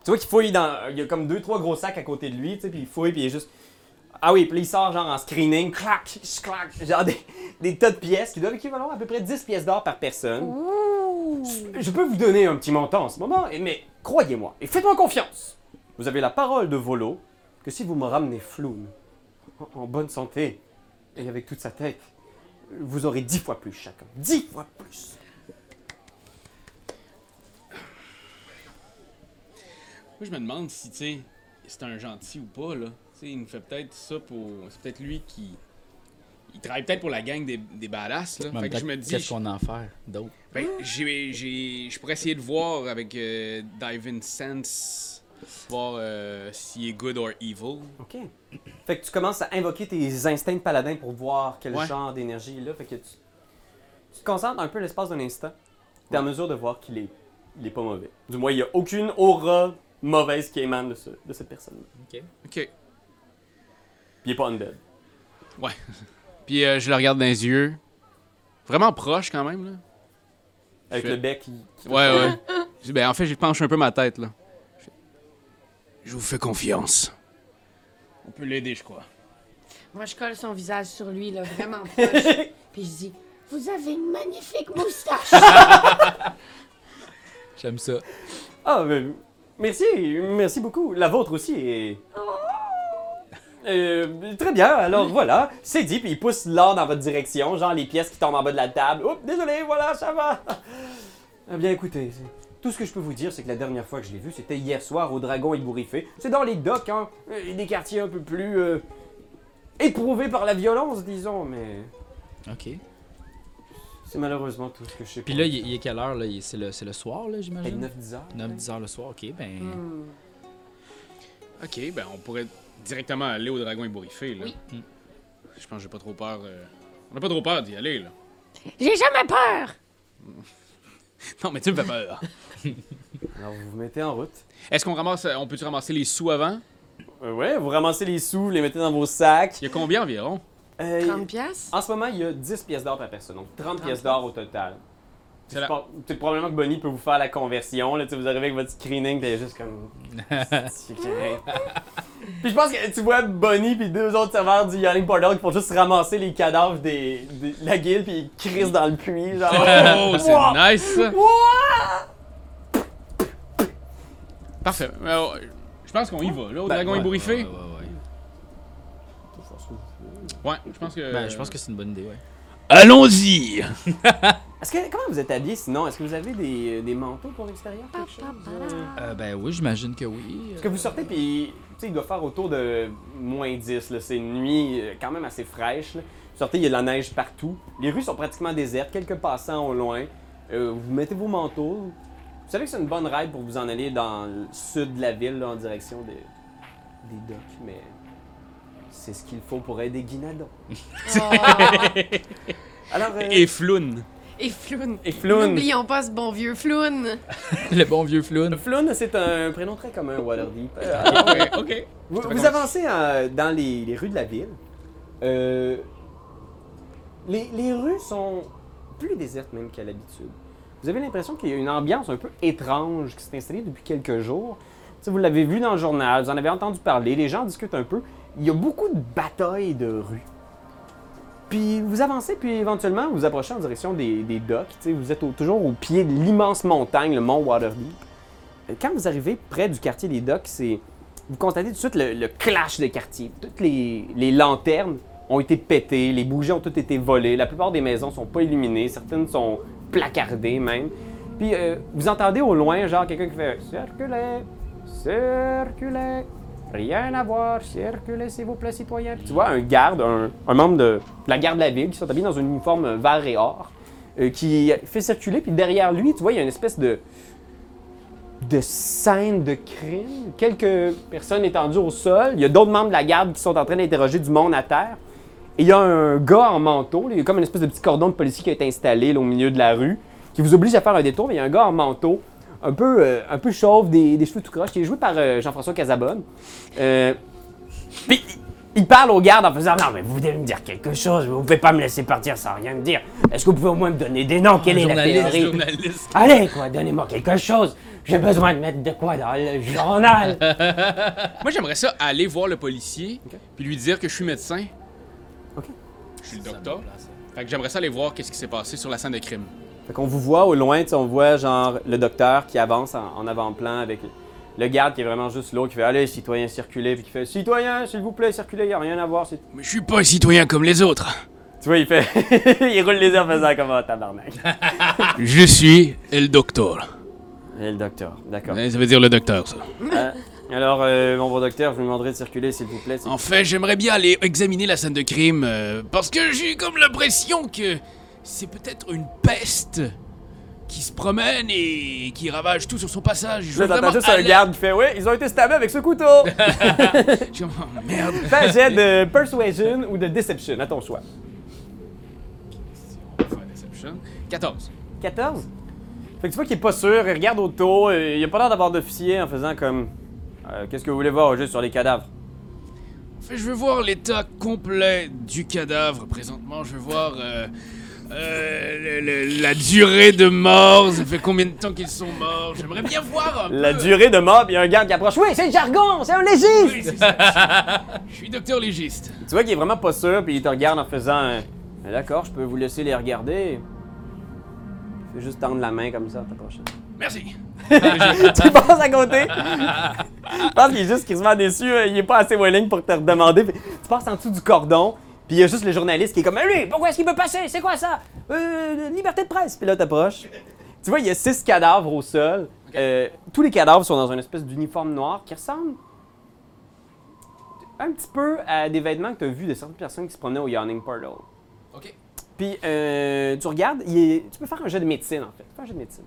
[SPEAKER 1] Tu vois qu'il fouille dans. Il y a comme deux, trois gros sacs à côté de lui, tu sais, puis il fouille, puis il est juste. Ah oui, puis il sort genre en screening, clac, clac, genre des, des tas de pièces qui doivent équivaloir à peu près 10 pièces d'or par personne. Je peux vous donner un petit montant en ce moment, et- mais croyez-moi, et faites-moi confiance. Vous avez la parole de Volo que si vous me ramenez Floun, en- en bonne santé, et avec toute sa tête, vous aurez 10 fois plus chacun. 10 fois plus.
[SPEAKER 2] Moi, je me demande si, tu sais, c'est un gentil ou pas, là. Tu sais, il nous fait peut-être ça pour. C'est peut-être lui qui. Il travaille peut-être pour la gang des, des badass, là.
[SPEAKER 3] Mais
[SPEAKER 2] Fait
[SPEAKER 3] en même
[SPEAKER 2] que je
[SPEAKER 3] temps,
[SPEAKER 2] me dis.
[SPEAKER 3] Qu'est-ce qu'on en fait d'autre?
[SPEAKER 2] ben, j'ai, j'ai- je pourrais essayer de voir avec euh, Diving Sense, voir euh, s'il est good or evil.
[SPEAKER 1] OK. Fait que tu commences à invoquer tes instincts de paladin pour voir quel
[SPEAKER 2] Ouais.
[SPEAKER 1] genre d'énergie il a. Fait que tu, tu te concentres un peu l'espace d'un instant. T'es en mesure de voir qu'il est, il est pas mauvais. Du moins, il n'y a aucune aura mauvaise qui émane de, ce- de cette personne-là.
[SPEAKER 2] Ok.
[SPEAKER 1] Puis il est pas undead.
[SPEAKER 2] Puis euh, je le regarde dans les yeux. Vraiment proche quand même, là.
[SPEAKER 1] Avec
[SPEAKER 2] Fait-
[SPEAKER 1] le bec, il-
[SPEAKER 2] Ouais, ouais. Je- ben, en fait, je penche un peu ma tête, là.
[SPEAKER 5] Je vous fais confiance.
[SPEAKER 2] On peut l'aider, je crois.
[SPEAKER 6] Moi, je colle son visage sur lui, là, vraiment proche. Puis je dis Vous avez une
[SPEAKER 4] *laughs*
[SPEAKER 6] magnifique moustache
[SPEAKER 3] J'aime ça.
[SPEAKER 1] Ah, ben, merci, merci beaucoup. La vôtre aussi est. Euh, très bien, alors voilà, c'est dit, puis il pousse l'or dans votre direction, genre les pièces qui tombent en bas de la table. Oups, désolé, voilà, ça va. Eh bien, écoutez, c'est- tout ce que je peux vous dire, c'est que la dernière fois que je l'ai vu, c'était hier soir au Dragon ébouriffé. C'est dans les docks, hein, euh, des quartiers un peu plus euh, éprouvés par la violence, disons, mais
[SPEAKER 3] OK.
[SPEAKER 1] C'est malheureusement tout ce que je sais.
[SPEAKER 3] Puis là, il, il est quelle heure? là? Il- C'est le, c'est le soir, là, j'imagine?
[SPEAKER 1] 9-10 heures.
[SPEAKER 3] 9-10 heures le soir, ok, ben...
[SPEAKER 1] Mm.
[SPEAKER 4] Hmm.
[SPEAKER 2] Ok, ben on pourrait directement aller au dragon ébouriffé, là.
[SPEAKER 4] Oui.
[SPEAKER 2] Mm. Je pense que j'ai pas trop peur. euh, On a pas trop peur d'y aller, là.
[SPEAKER 6] J'ai jamais peur!
[SPEAKER 2] *laughs* Non, mais tu me fais peur.
[SPEAKER 1] Alors vous vous mettez en route.
[SPEAKER 2] Est-ce qu'on ramasse. euh, On peut-tu ramasser les sous avant
[SPEAKER 1] Euh, ouais, vous ramassez les sous, vous les mettez dans vos sacs.
[SPEAKER 2] Il y a combien environ
[SPEAKER 1] Euh,
[SPEAKER 4] 30 piastres?
[SPEAKER 1] En ce moment, il y a 10 pièces d'or par personne, donc 30,
[SPEAKER 4] 30
[SPEAKER 1] pièces d'or au total.
[SPEAKER 2] C'est
[SPEAKER 1] Je
[SPEAKER 2] la-
[SPEAKER 1] pense- tu- probablement que Bonnie peut vous faire la conversion. Là, tu sais, vous arrivez avec votre screening, t'es juste
[SPEAKER 2] *laughs*
[SPEAKER 1] comme. C'est correct. puis je pense que tu vois Bonnie puis deux autres serveurs du Yelling Portal qui font juste ramasser les cadavres des, des- de la guilde puis ils crissent dans le puits. Genre.
[SPEAKER 2] Oh, *laughs* c'est
[SPEAKER 1] Wow!
[SPEAKER 2] nice ça.
[SPEAKER 1] Wow!
[SPEAKER 2] Parfait. Alors, je pense qu'on y va, là, au
[SPEAKER 1] Ben,
[SPEAKER 2] dragon
[SPEAKER 1] ouais,
[SPEAKER 2] ébouriffé.
[SPEAKER 3] Ouais, ouais, ouais.
[SPEAKER 2] Ouais, je pense que.
[SPEAKER 3] Ben, je pense que c'est une bonne idée, ouais.
[SPEAKER 5] Allons-y
[SPEAKER 1] Est-ce que, comment vous êtes habillés sinon Est-ce que vous avez des, des manteaux pour l'extérieur quelque chose? Ah.
[SPEAKER 3] Euh, ben oui, j'imagine que oui. *laughs*
[SPEAKER 1] Parce que vous sortez, puis tu sais, il doit faire autour de moins 10. là. C'est une nuit euh, quand même assez fraîche. là. Vous sortez, il y a de la neige partout. Les rues sont pratiquement désertes, quelques passants au loin. Euh, vous mettez vos manteaux. Vous savez que c'est une bonne ride pour vous en aller dans le sud de la ville, là, en direction de- des docks, mais c'est ce qu'il faut pour aider Guinadon.
[SPEAKER 4] Oh,
[SPEAKER 1] Alors, euh,
[SPEAKER 2] Et floune.
[SPEAKER 4] et Floun.
[SPEAKER 1] et Floun.
[SPEAKER 4] N'oublions pas ce bon vieux Floun.
[SPEAKER 3] Le bon vieux Floun.
[SPEAKER 1] Floun, c'est un prénom très commun, Waterdeep. Euh,
[SPEAKER 2] ok, ok.
[SPEAKER 1] Vous,
[SPEAKER 2] Très
[SPEAKER 1] vous
[SPEAKER 2] convaincu.
[SPEAKER 1] avancez euh, dans les, les rues de la ville. Euh, les, les rues sont plus désertes même qu'à l'habitude. Vous avez l'impression qu'il y a une ambiance un peu étrange qui s'est installée depuis quelques jours. Tu sais, vous l'avez vu dans le journal, vous en avez entendu parler, les gens discutent un peu. Il y a beaucoup de batailles de rues. Puis vous avancez, puis éventuellement vous approchez en direction des, des docks. Tu sais, vous êtes au- toujours au pied de l'immense montagne, le mont Waterdeep. Euh, Quand vous arrivez près du quartier des docks, c'est vous constatez tout de suite le, le clash de quartier. Toutes les, les lanternes ont été pétées, les bougies ont toutes été volées, la plupart des maisons sont pas illuminées, certaines sont placardées même. Puis euh, vous entendez au loin, genre quelqu'un qui fait Circulez, circulez, rien à voir, circulez s'il vous plaît, citoyens. Puis tu vois un garde, un, un membre de la garde de la ville qui sont habillés dans un uniforme vert et or, euh, qui fait circuler, puis derrière lui, tu vois, il y a une espèce de de scènes de crime. Quelques personnes étendues au sol. Il y a d'autres membres de la garde qui sont en train d'interroger du monde à terre. Et il y a un gars en manteau, là, il y a comme une espèce de petit cordon de policier qui a été installé là, au milieu de la rue, qui vous oblige à faire un détour. Mais il y a un gars en manteau, un peu, euh, un peu chauve, des, des cheveux tout croche, qui est joué par euh, Jean-François Casabonne. Euh, puis il- il parle au garde en faisant Non, mais vous devez me dire quelque chose, vous pouvez pas me laisser partir sans rien me dire. Est-ce que vous pouvez au moins me donner des noms Quelle est la
[SPEAKER 3] journaliste,
[SPEAKER 1] théorie Allez, quoi, donnez-moi quelque chose. J'ai besoin de mettre de quoi dans le journal.
[SPEAKER 2] Moi, j'aimerais ça aller voir le policier,
[SPEAKER 1] Ok.
[SPEAKER 2] puis lui dire que je suis médecin.
[SPEAKER 1] Ok.
[SPEAKER 2] Je suis le docteur. Fait que j'aimerais ça aller voir qu'est-ce qui s'est passé sur la scène de crime.
[SPEAKER 1] *laughs* Fait qu'on vous voit au loin, tu sais, on voit genre le docteur qui avance en, en avant-plan avec le garde qui est vraiment juste l'autre qui fait Allez, citoyen, circulez, puis qui fait Citoyen, s'il vous plaît, circulez, y a rien à voir. c'est-
[SPEAKER 5] Mais je suis pas un citoyen comme les autres.
[SPEAKER 1] Tu vois, il fait. *laughs* il roule les airs en faisant comme un tabarnak. Ah.
[SPEAKER 5] Je suis le docteur.
[SPEAKER 1] Et le docteur, d'accord.
[SPEAKER 5] Ça veut dire le docteur, ça.
[SPEAKER 1] Euh, alors, euh, mon bon docteur, je vous demanderai de circuler, s'il vous plaît. s'il-
[SPEAKER 5] En fait, j'aimerais bien aller examiner la scène de crime, euh, parce que j'ai comme l'impression que c'est peut-être une peste qui se promène et qui ravage tout sur son passage. Je
[SPEAKER 1] Là,
[SPEAKER 5] veux
[SPEAKER 1] t'entends
[SPEAKER 5] vraiment
[SPEAKER 1] juste un
[SPEAKER 5] aller-
[SPEAKER 1] garde qui fait Oui, ils ont été stabés avec ce
[SPEAKER 5] *laughs*
[SPEAKER 1] couteau.
[SPEAKER 5] Je suis comme, Oh, merde.
[SPEAKER 1] Fais un jet de persuasion ou de deception, à ton choix.
[SPEAKER 2] On va faire Deception. 14.
[SPEAKER 1] 14? Fait que tu vois qu'il est pas sûr, il regarde autour, et il a pas l'air d'avoir d'officier en faisant comme. Euh, Qu'est-ce que vous voulez voir au juste sur les cadavres?
[SPEAKER 5] En fait, je veux voir l'état complet du cadavre présentement. Je veux voir euh, euh, le- le- la durée de mort. Ça fait combien de temps qu'ils sont morts J'aimerais bien voir un
[SPEAKER 1] La
[SPEAKER 5] peu.
[SPEAKER 1] durée de mob, il y a un garde qui approche. Oui, c'est le jargon, c'est un légiste!
[SPEAKER 5] Oui, c'est ça. Je suis docteur légiste.
[SPEAKER 1] Tu vois qu'il est vraiment pas sûr, puis il te regarde en faisant. un, Mais D'accord, je peux vous laisser les regarder. Fais juste tendre la main comme ça, t'approches.
[SPEAKER 5] Merci.
[SPEAKER 1] *laughs* tu passes à côté. Je pense qu'il est juste quasiment déçu. euh, Il est pas assez willing pour te redemander. Puis Tu passes en dessous du cordon. Puis il y a juste le journaliste qui est comme Mais lui, pourquoi est-ce qu'il peut passer C'est quoi ça Euh, Liberté de presse. Puis là, t'approches. Tu vois, il y a six cadavres au sol. Euh, tous les cadavres sont dans une espèce d'uniforme noir qui ressemble un petit peu à des vêtements que tu as vus de certaines personnes qui se promenaient au Yawning Portal.
[SPEAKER 5] Ok.
[SPEAKER 1] Puis euh, tu regardes, il est- tu peux faire un jeu de médecine en fait. Fais un jeu de médecine.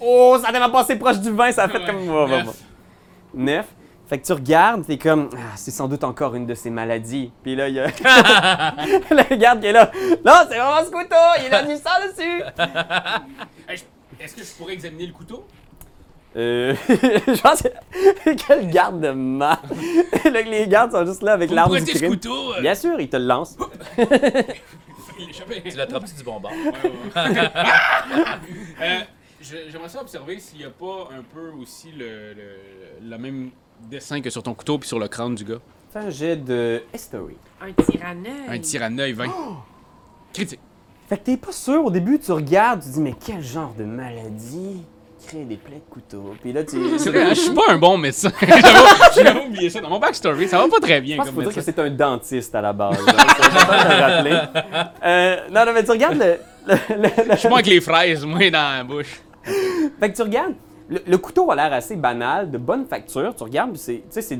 [SPEAKER 1] Oh, ça devait passer proche du vin, ça a fait
[SPEAKER 2] Ouais,
[SPEAKER 1] comme. va, va, va.
[SPEAKER 5] *laughs*
[SPEAKER 2] neuf.
[SPEAKER 1] Neuf. Fait que tu regardes, t'es comme. Ah, c'est sans doute encore une de ces maladies. Puis là, il
[SPEAKER 5] *laughs*
[SPEAKER 1] y a. le garde qui est là. Non, c'est vraiment ce couteau, il a du sang dessus.
[SPEAKER 2] Hey, je- Est-ce que je pourrais examiner le couteau?
[SPEAKER 1] Euh. *laughs* je pense que- *laughs* Quel garde de mal. les gardes sont juste là avec
[SPEAKER 5] Vous me
[SPEAKER 1] l'arme du
[SPEAKER 5] prêtez ce
[SPEAKER 1] crime.
[SPEAKER 5] couteau euh,
[SPEAKER 1] Bien sûr, ils te le lancent.
[SPEAKER 2] Il *laughs* échappait.
[SPEAKER 3] Tu l'attrapes du bon bord.
[SPEAKER 2] *laughs* Euh, je- J'aimerais ça observer s'il n'y a pas un peu aussi le, le, le même dessin que sur ton couteau puis sur le crâne du gars.
[SPEAKER 1] Fais un jet de history.
[SPEAKER 4] Un tyranneux.
[SPEAKER 2] Un tir à 20. Critique.
[SPEAKER 1] Fait que t'es pas sûr. Au début, tu regardes, tu dis, mais quel genre de maladie crée des plaies de couteau? Puis là, tu.
[SPEAKER 5] *laughs*
[SPEAKER 2] C'est vrai, hein, je suis pas un
[SPEAKER 1] *laughs*
[SPEAKER 2] bon médecin. J'avoue- J'avais oublié ça. Dans mon backstory, ça va pas très
[SPEAKER 1] Je
[SPEAKER 2] bien
[SPEAKER 1] pense qu'il
[SPEAKER 2] comme
[SPEAKER 1] faut dire que
[SPEAKER 2] médecin.
[SPEAKER 1] c'est un dentiste à la base. hein. C'est important de le rappeler. Euh, non, non, mais tu regardes le. le- le- le-
[SPEAKER 2] Je suis pas avec les fraises, moi, dans la bouche.
[SPEAKER 1] Fait que tu regardes. Le, le couteau a l'air assez banal, de bonne facture. Tu regardes, puis c'est, tu sais, c'est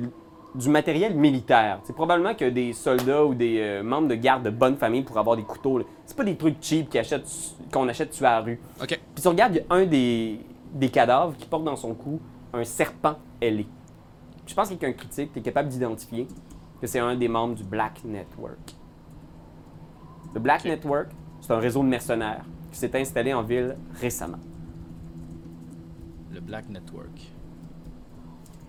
[SPEAKER 1] du matériel militaire. C'est probablement que des soldats ou des euh, membres de garde de bonne famille pour avoir des couteaux. là. C'est pas des trucs cheap qu'ils achètent su- qu'on achète sur la rue.
[SPEAKER 2] Ok.
[SPEAKER 1] Puis tu regardes, il y a un des, des cadavres qui porte dans son cou un serpent ailé. Je pense qu'avec un critique, tu es capable d'identifier que c'est un des membres du Black Network. Le Black Network, c'est un réseau de mercenaires qui s'est installé en ville récemment.
[SPEAKER 3] Le Black Network.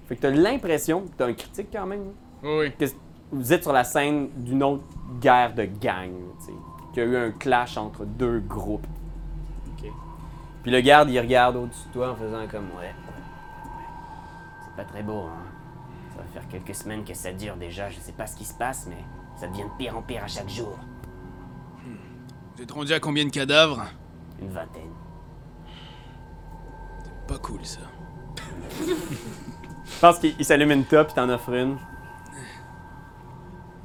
[SPEAKER 1] Fait que t'as l'impression, t'as un critique quand même, hein,
[SPEAKER 2] Oui, oui.
[SPEAKER 1] que vous êtes sur la scène d'une autre guerre de gang, là, tu sais, qu'il y a eu un clash entre deux groupes. Puis le garde, il regarde au-dessus de toi en faisant comme ouais. C'est pas très beau, hein. Ça va faire quelques semaines que ça dure déjà. Je sais pas ce qui se passe, mais ça devient de pire en pire à chaque jour.
[SPEAKER 5] Vous êtes rendu à combien de cadavres
[SPEAKER 1] Une vingtaine.
[SPEAKER 5] Pas cool ça.
[SPEAKER 1] Je pense qu'il s'allume une top, puis t'en offre une.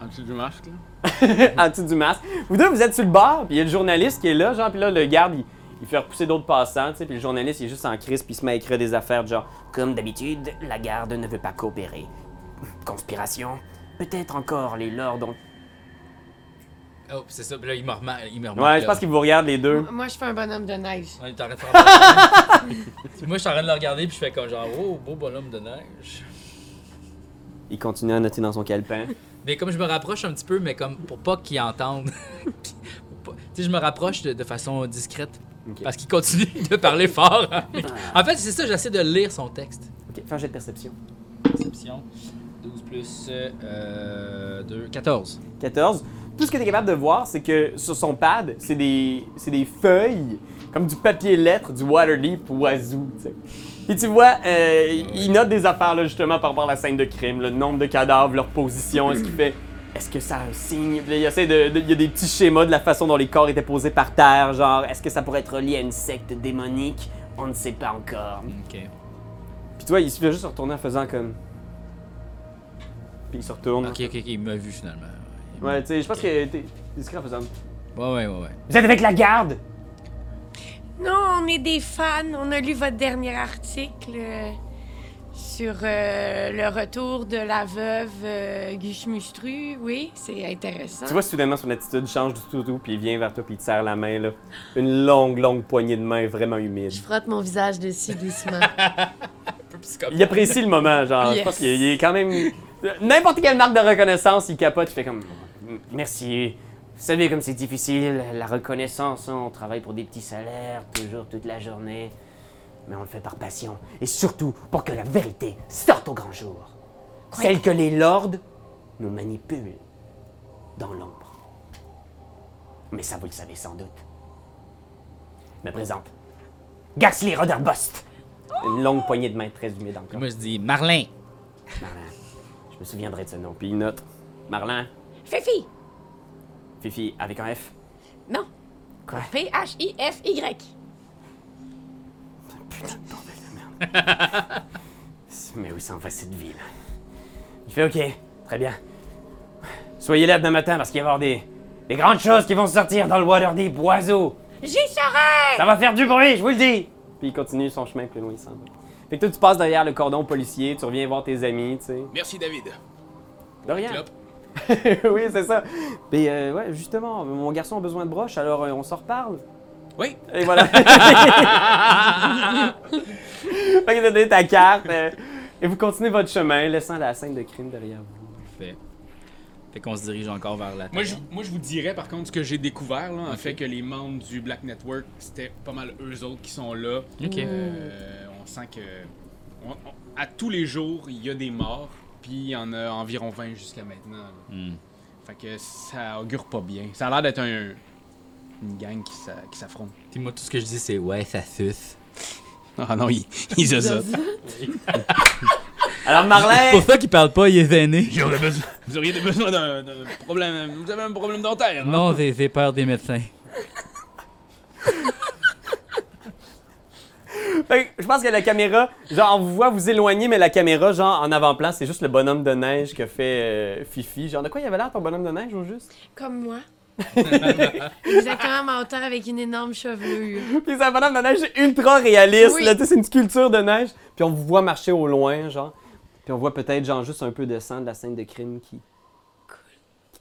[SPEAKER 2] En dessous du masque, là.
[SPEAKER 1] *laughs* en dessous du masque. Vous deux, vous êtes sur le bar, puis il y a le journaliste qui est là, genre, puis là, le garde, il, il fait repousser d'autres passants, tu sais, puis le journaliste, il est juste en crise, puis il se met à écrire des affaires, genre, comme d'habitude, la garde ne veut pas coopérer. Conspiration. Peut-être encore les lords ont...
[SPEAKER 3] Oh, c'est ça. Puis là, il me remarque. Il me remarque
[SPEAKER 1] Ouais, je
[SPEAKER 3] là.
[SPEAKER 1] pense qu'il vous regarde les deux.
[SPEAKER 4] Moi, je fais un bonhomme de neige.
[SPEAKER 3] Ouais, t'arrêtes de regarder. Puis Moi, je suis en train de *laughs* le regarder, puis je fais comme genre, oh, beau bonhomme de neige.
[SPEAKER 1] Il continue à noter dans son calepin.
[SPEAKER 3] Mais comme je me rapproche un petit peu, mais comme pour pas qu'ils entendent. Puis, *laughs* pour pas- tu sais, je me rapproche de, de façon discrète.
[SPEAKER 1] Ok. Ah.
[SPEAKER 3] Parce qu'il continue *laughs* de parler fort. en fait, c'est ça, j'essaie de lire son texte.
[SPEAKER 1] Ok, fais un jet de perception.
[SPEAKER 3] Perception. 12 plus euh, 2, 14.
[SPEAKER 1] 14. Tout ce que tu es capable de voir, c'est que sur son pad, c'est des, c'est des feuilles, comme du papier lettre, du waterleaf oiseau. tu sais. Puis tu vois, euh, il note des affaires là, justement par rapport à la scène de crime, le nombre de cadavres, leur position, est-ce qu'il fait. Est-ce que ça a un signe? Puis là, il, essaie de- de- il y a des petits schémas de la façon dont les corps étaient posés par terre, genre est-ce que ça pourrait être relié à une secte démonique? On ne sait pas encore.
[SPEAKER 3] Ok.
[SPEAKER 1] Puis tu vois, il suffit juste de se retourner en faisant comme. Puis il se retourne.
[SPEAKER 3] Ok, ok, ok, il m'a vu finalement. Il m'a-
[SPEAKER 1] Ouais, tu sais, je pense que t'es discret en faisant.
[SPEAKER 3] Ouais, ouais, ouais, ouais.
[SPEAKER 1] Vous êtes avec la garde!
[SPEAKER 4] Non, on est des fans. On a lu votre dernier article euh, sur euh, le retour de la veuve euh, Guchemustru. Oui, c'est intéressant.
[SPEAKER 1] Tu vois, soudainement, son attitude change du tout au tout, puis il vient vers toi, puis il te serre la main, là. Une longue, longue poignée de main vraiment humide.
[SPEAKER 4] Je frotte mon visage dessus *laughs* doucement.
[SPEAKER 1] Il apprécie le moment, genre. Je
[SPEAKER 4] Yes.
[SPEAKER 1] pense qu'il il est quand même. N'importe quelle marque de reconnaissance, il capote, il fait comme. Merci. Vous savez comme c'est difficile, la reconnaissance, hein, on travaille pour des petits salaires, toujours, toute la journée. Mais on le fait par passion, et surtout pour que la vérité sorte au grand jour. Celle que les lords nous manipulent dans l'ombre. Mais ça, vous le savez sans doute. Me présente. Gasly Roderbost! Une longue poignée de main très humide
[SPEAKER 3] Puis
[SPEAKER 1] encore.
[SPEAKER 3] moi, je dis, Marlin,
[SPEAKER 1] Je me souviendrai de ce nom. Puis il note. Marlin,
[SPEAKER 6] Fifi!
[SPEAKER 1] Fifi, avec un F.
[SPEAKER 6] Non.
[SPEAKER 1] Quoi?
[SPEAKER 6] P-H-I-F-Y.
[SPEAKER 1] Mais où s'en va cette ville? Il fait OK, très bien. Soyez là demain matin parce qu'il va y avoir des, des grandes choses qui vont sortir dans le Waterdeep, oiseaux.
[SPEAKER 6] J'y serai!
[SPEAKER 1] Ça va faire du bruit, je vous le dis! Puis il continue son chemin plus loin, il s'en va. Fait que toi, tu passes derrière le cordon policier, tu reviens voir tes amis, tu sais.
[SPEAKER 5] Merci David.
[SPEAKER 1] De rien.
[SPEAKER 2] Clope.
[SPEAKER 1] *laughs* oui, c'est ça. Mais euh, ouais, justement, mon garçon a besoin de broches, alors euh, on s'en reparle.
[SPEAKER 5] Oui.
[SPEAKER 1] Et voilà. fait que t'as donné ta carte euh, et vous continuez votre chemin, laissant la scène de crime derrière vous.
[SPEAKER 3] Fait, fait qu'on se dirige encore vers la
[SPEAKER 2] Moi je,
[SPEAKER 3] taverne.
[SPEAKER 2] moi, je vous dirais par contre ce que j'ai découvert, là, en fait, que les membres du Black Network, c'était pas mal eux autres qui sont là.
[SPEAKER 3] Ok.
[SPEAKER 2] Euh, on sent que. on- on- à tous les jours, il y a des morts, puis il y en a environ 20 jusqu'à maintenant. là.
[SPEAKER 3] Hmm.
[SPEAKER 2] Fait que ça augure pas bien. Ça a l'air d'être un- une gang qui s'a- qui s'affronte.
[SPEAKER 3] Puis moi, tout ce que je dis, c'est ouais, ça suce.
[SPEAKER 2] Ah non, ils il
[SPEAKER 1] Alors Marlène,
[SPEAKER 3] Pour ça qu'il parle pas, il est veiné.
[SPEAKER 2] Vous auriez besoin d'un d'un problème. Vous avez un problème dentaire. hein?
[SPEAKER 3] Non, j'ai j'ai peur des médecins.
[SPEAKER 1] fait que Ben, je pense que la caméra, genre on vous voit vous éloigner, mais la caméra, genre en avant-plan, c'est juste le bonhomme de neige que fait euh, Fifi. Genre de quoi il avait l'air ton bonhomme de neige au juste? *laughs*
[SPEAKER 4] Comme moi. Exactement ma hauteur avec une énorme chevelure.
[SPEAKER 1] Puis c'est un bonhomme de neige ultra réaliste,
[SPEAKER 4] Oui.
[SPEAKER 1] là, tu sais, c'est une sculpture de neige. Puis on vous voit marcher au loin, genre. Puis on voit peut-être, genre, juste un peu de sang de la scène de crime qui qui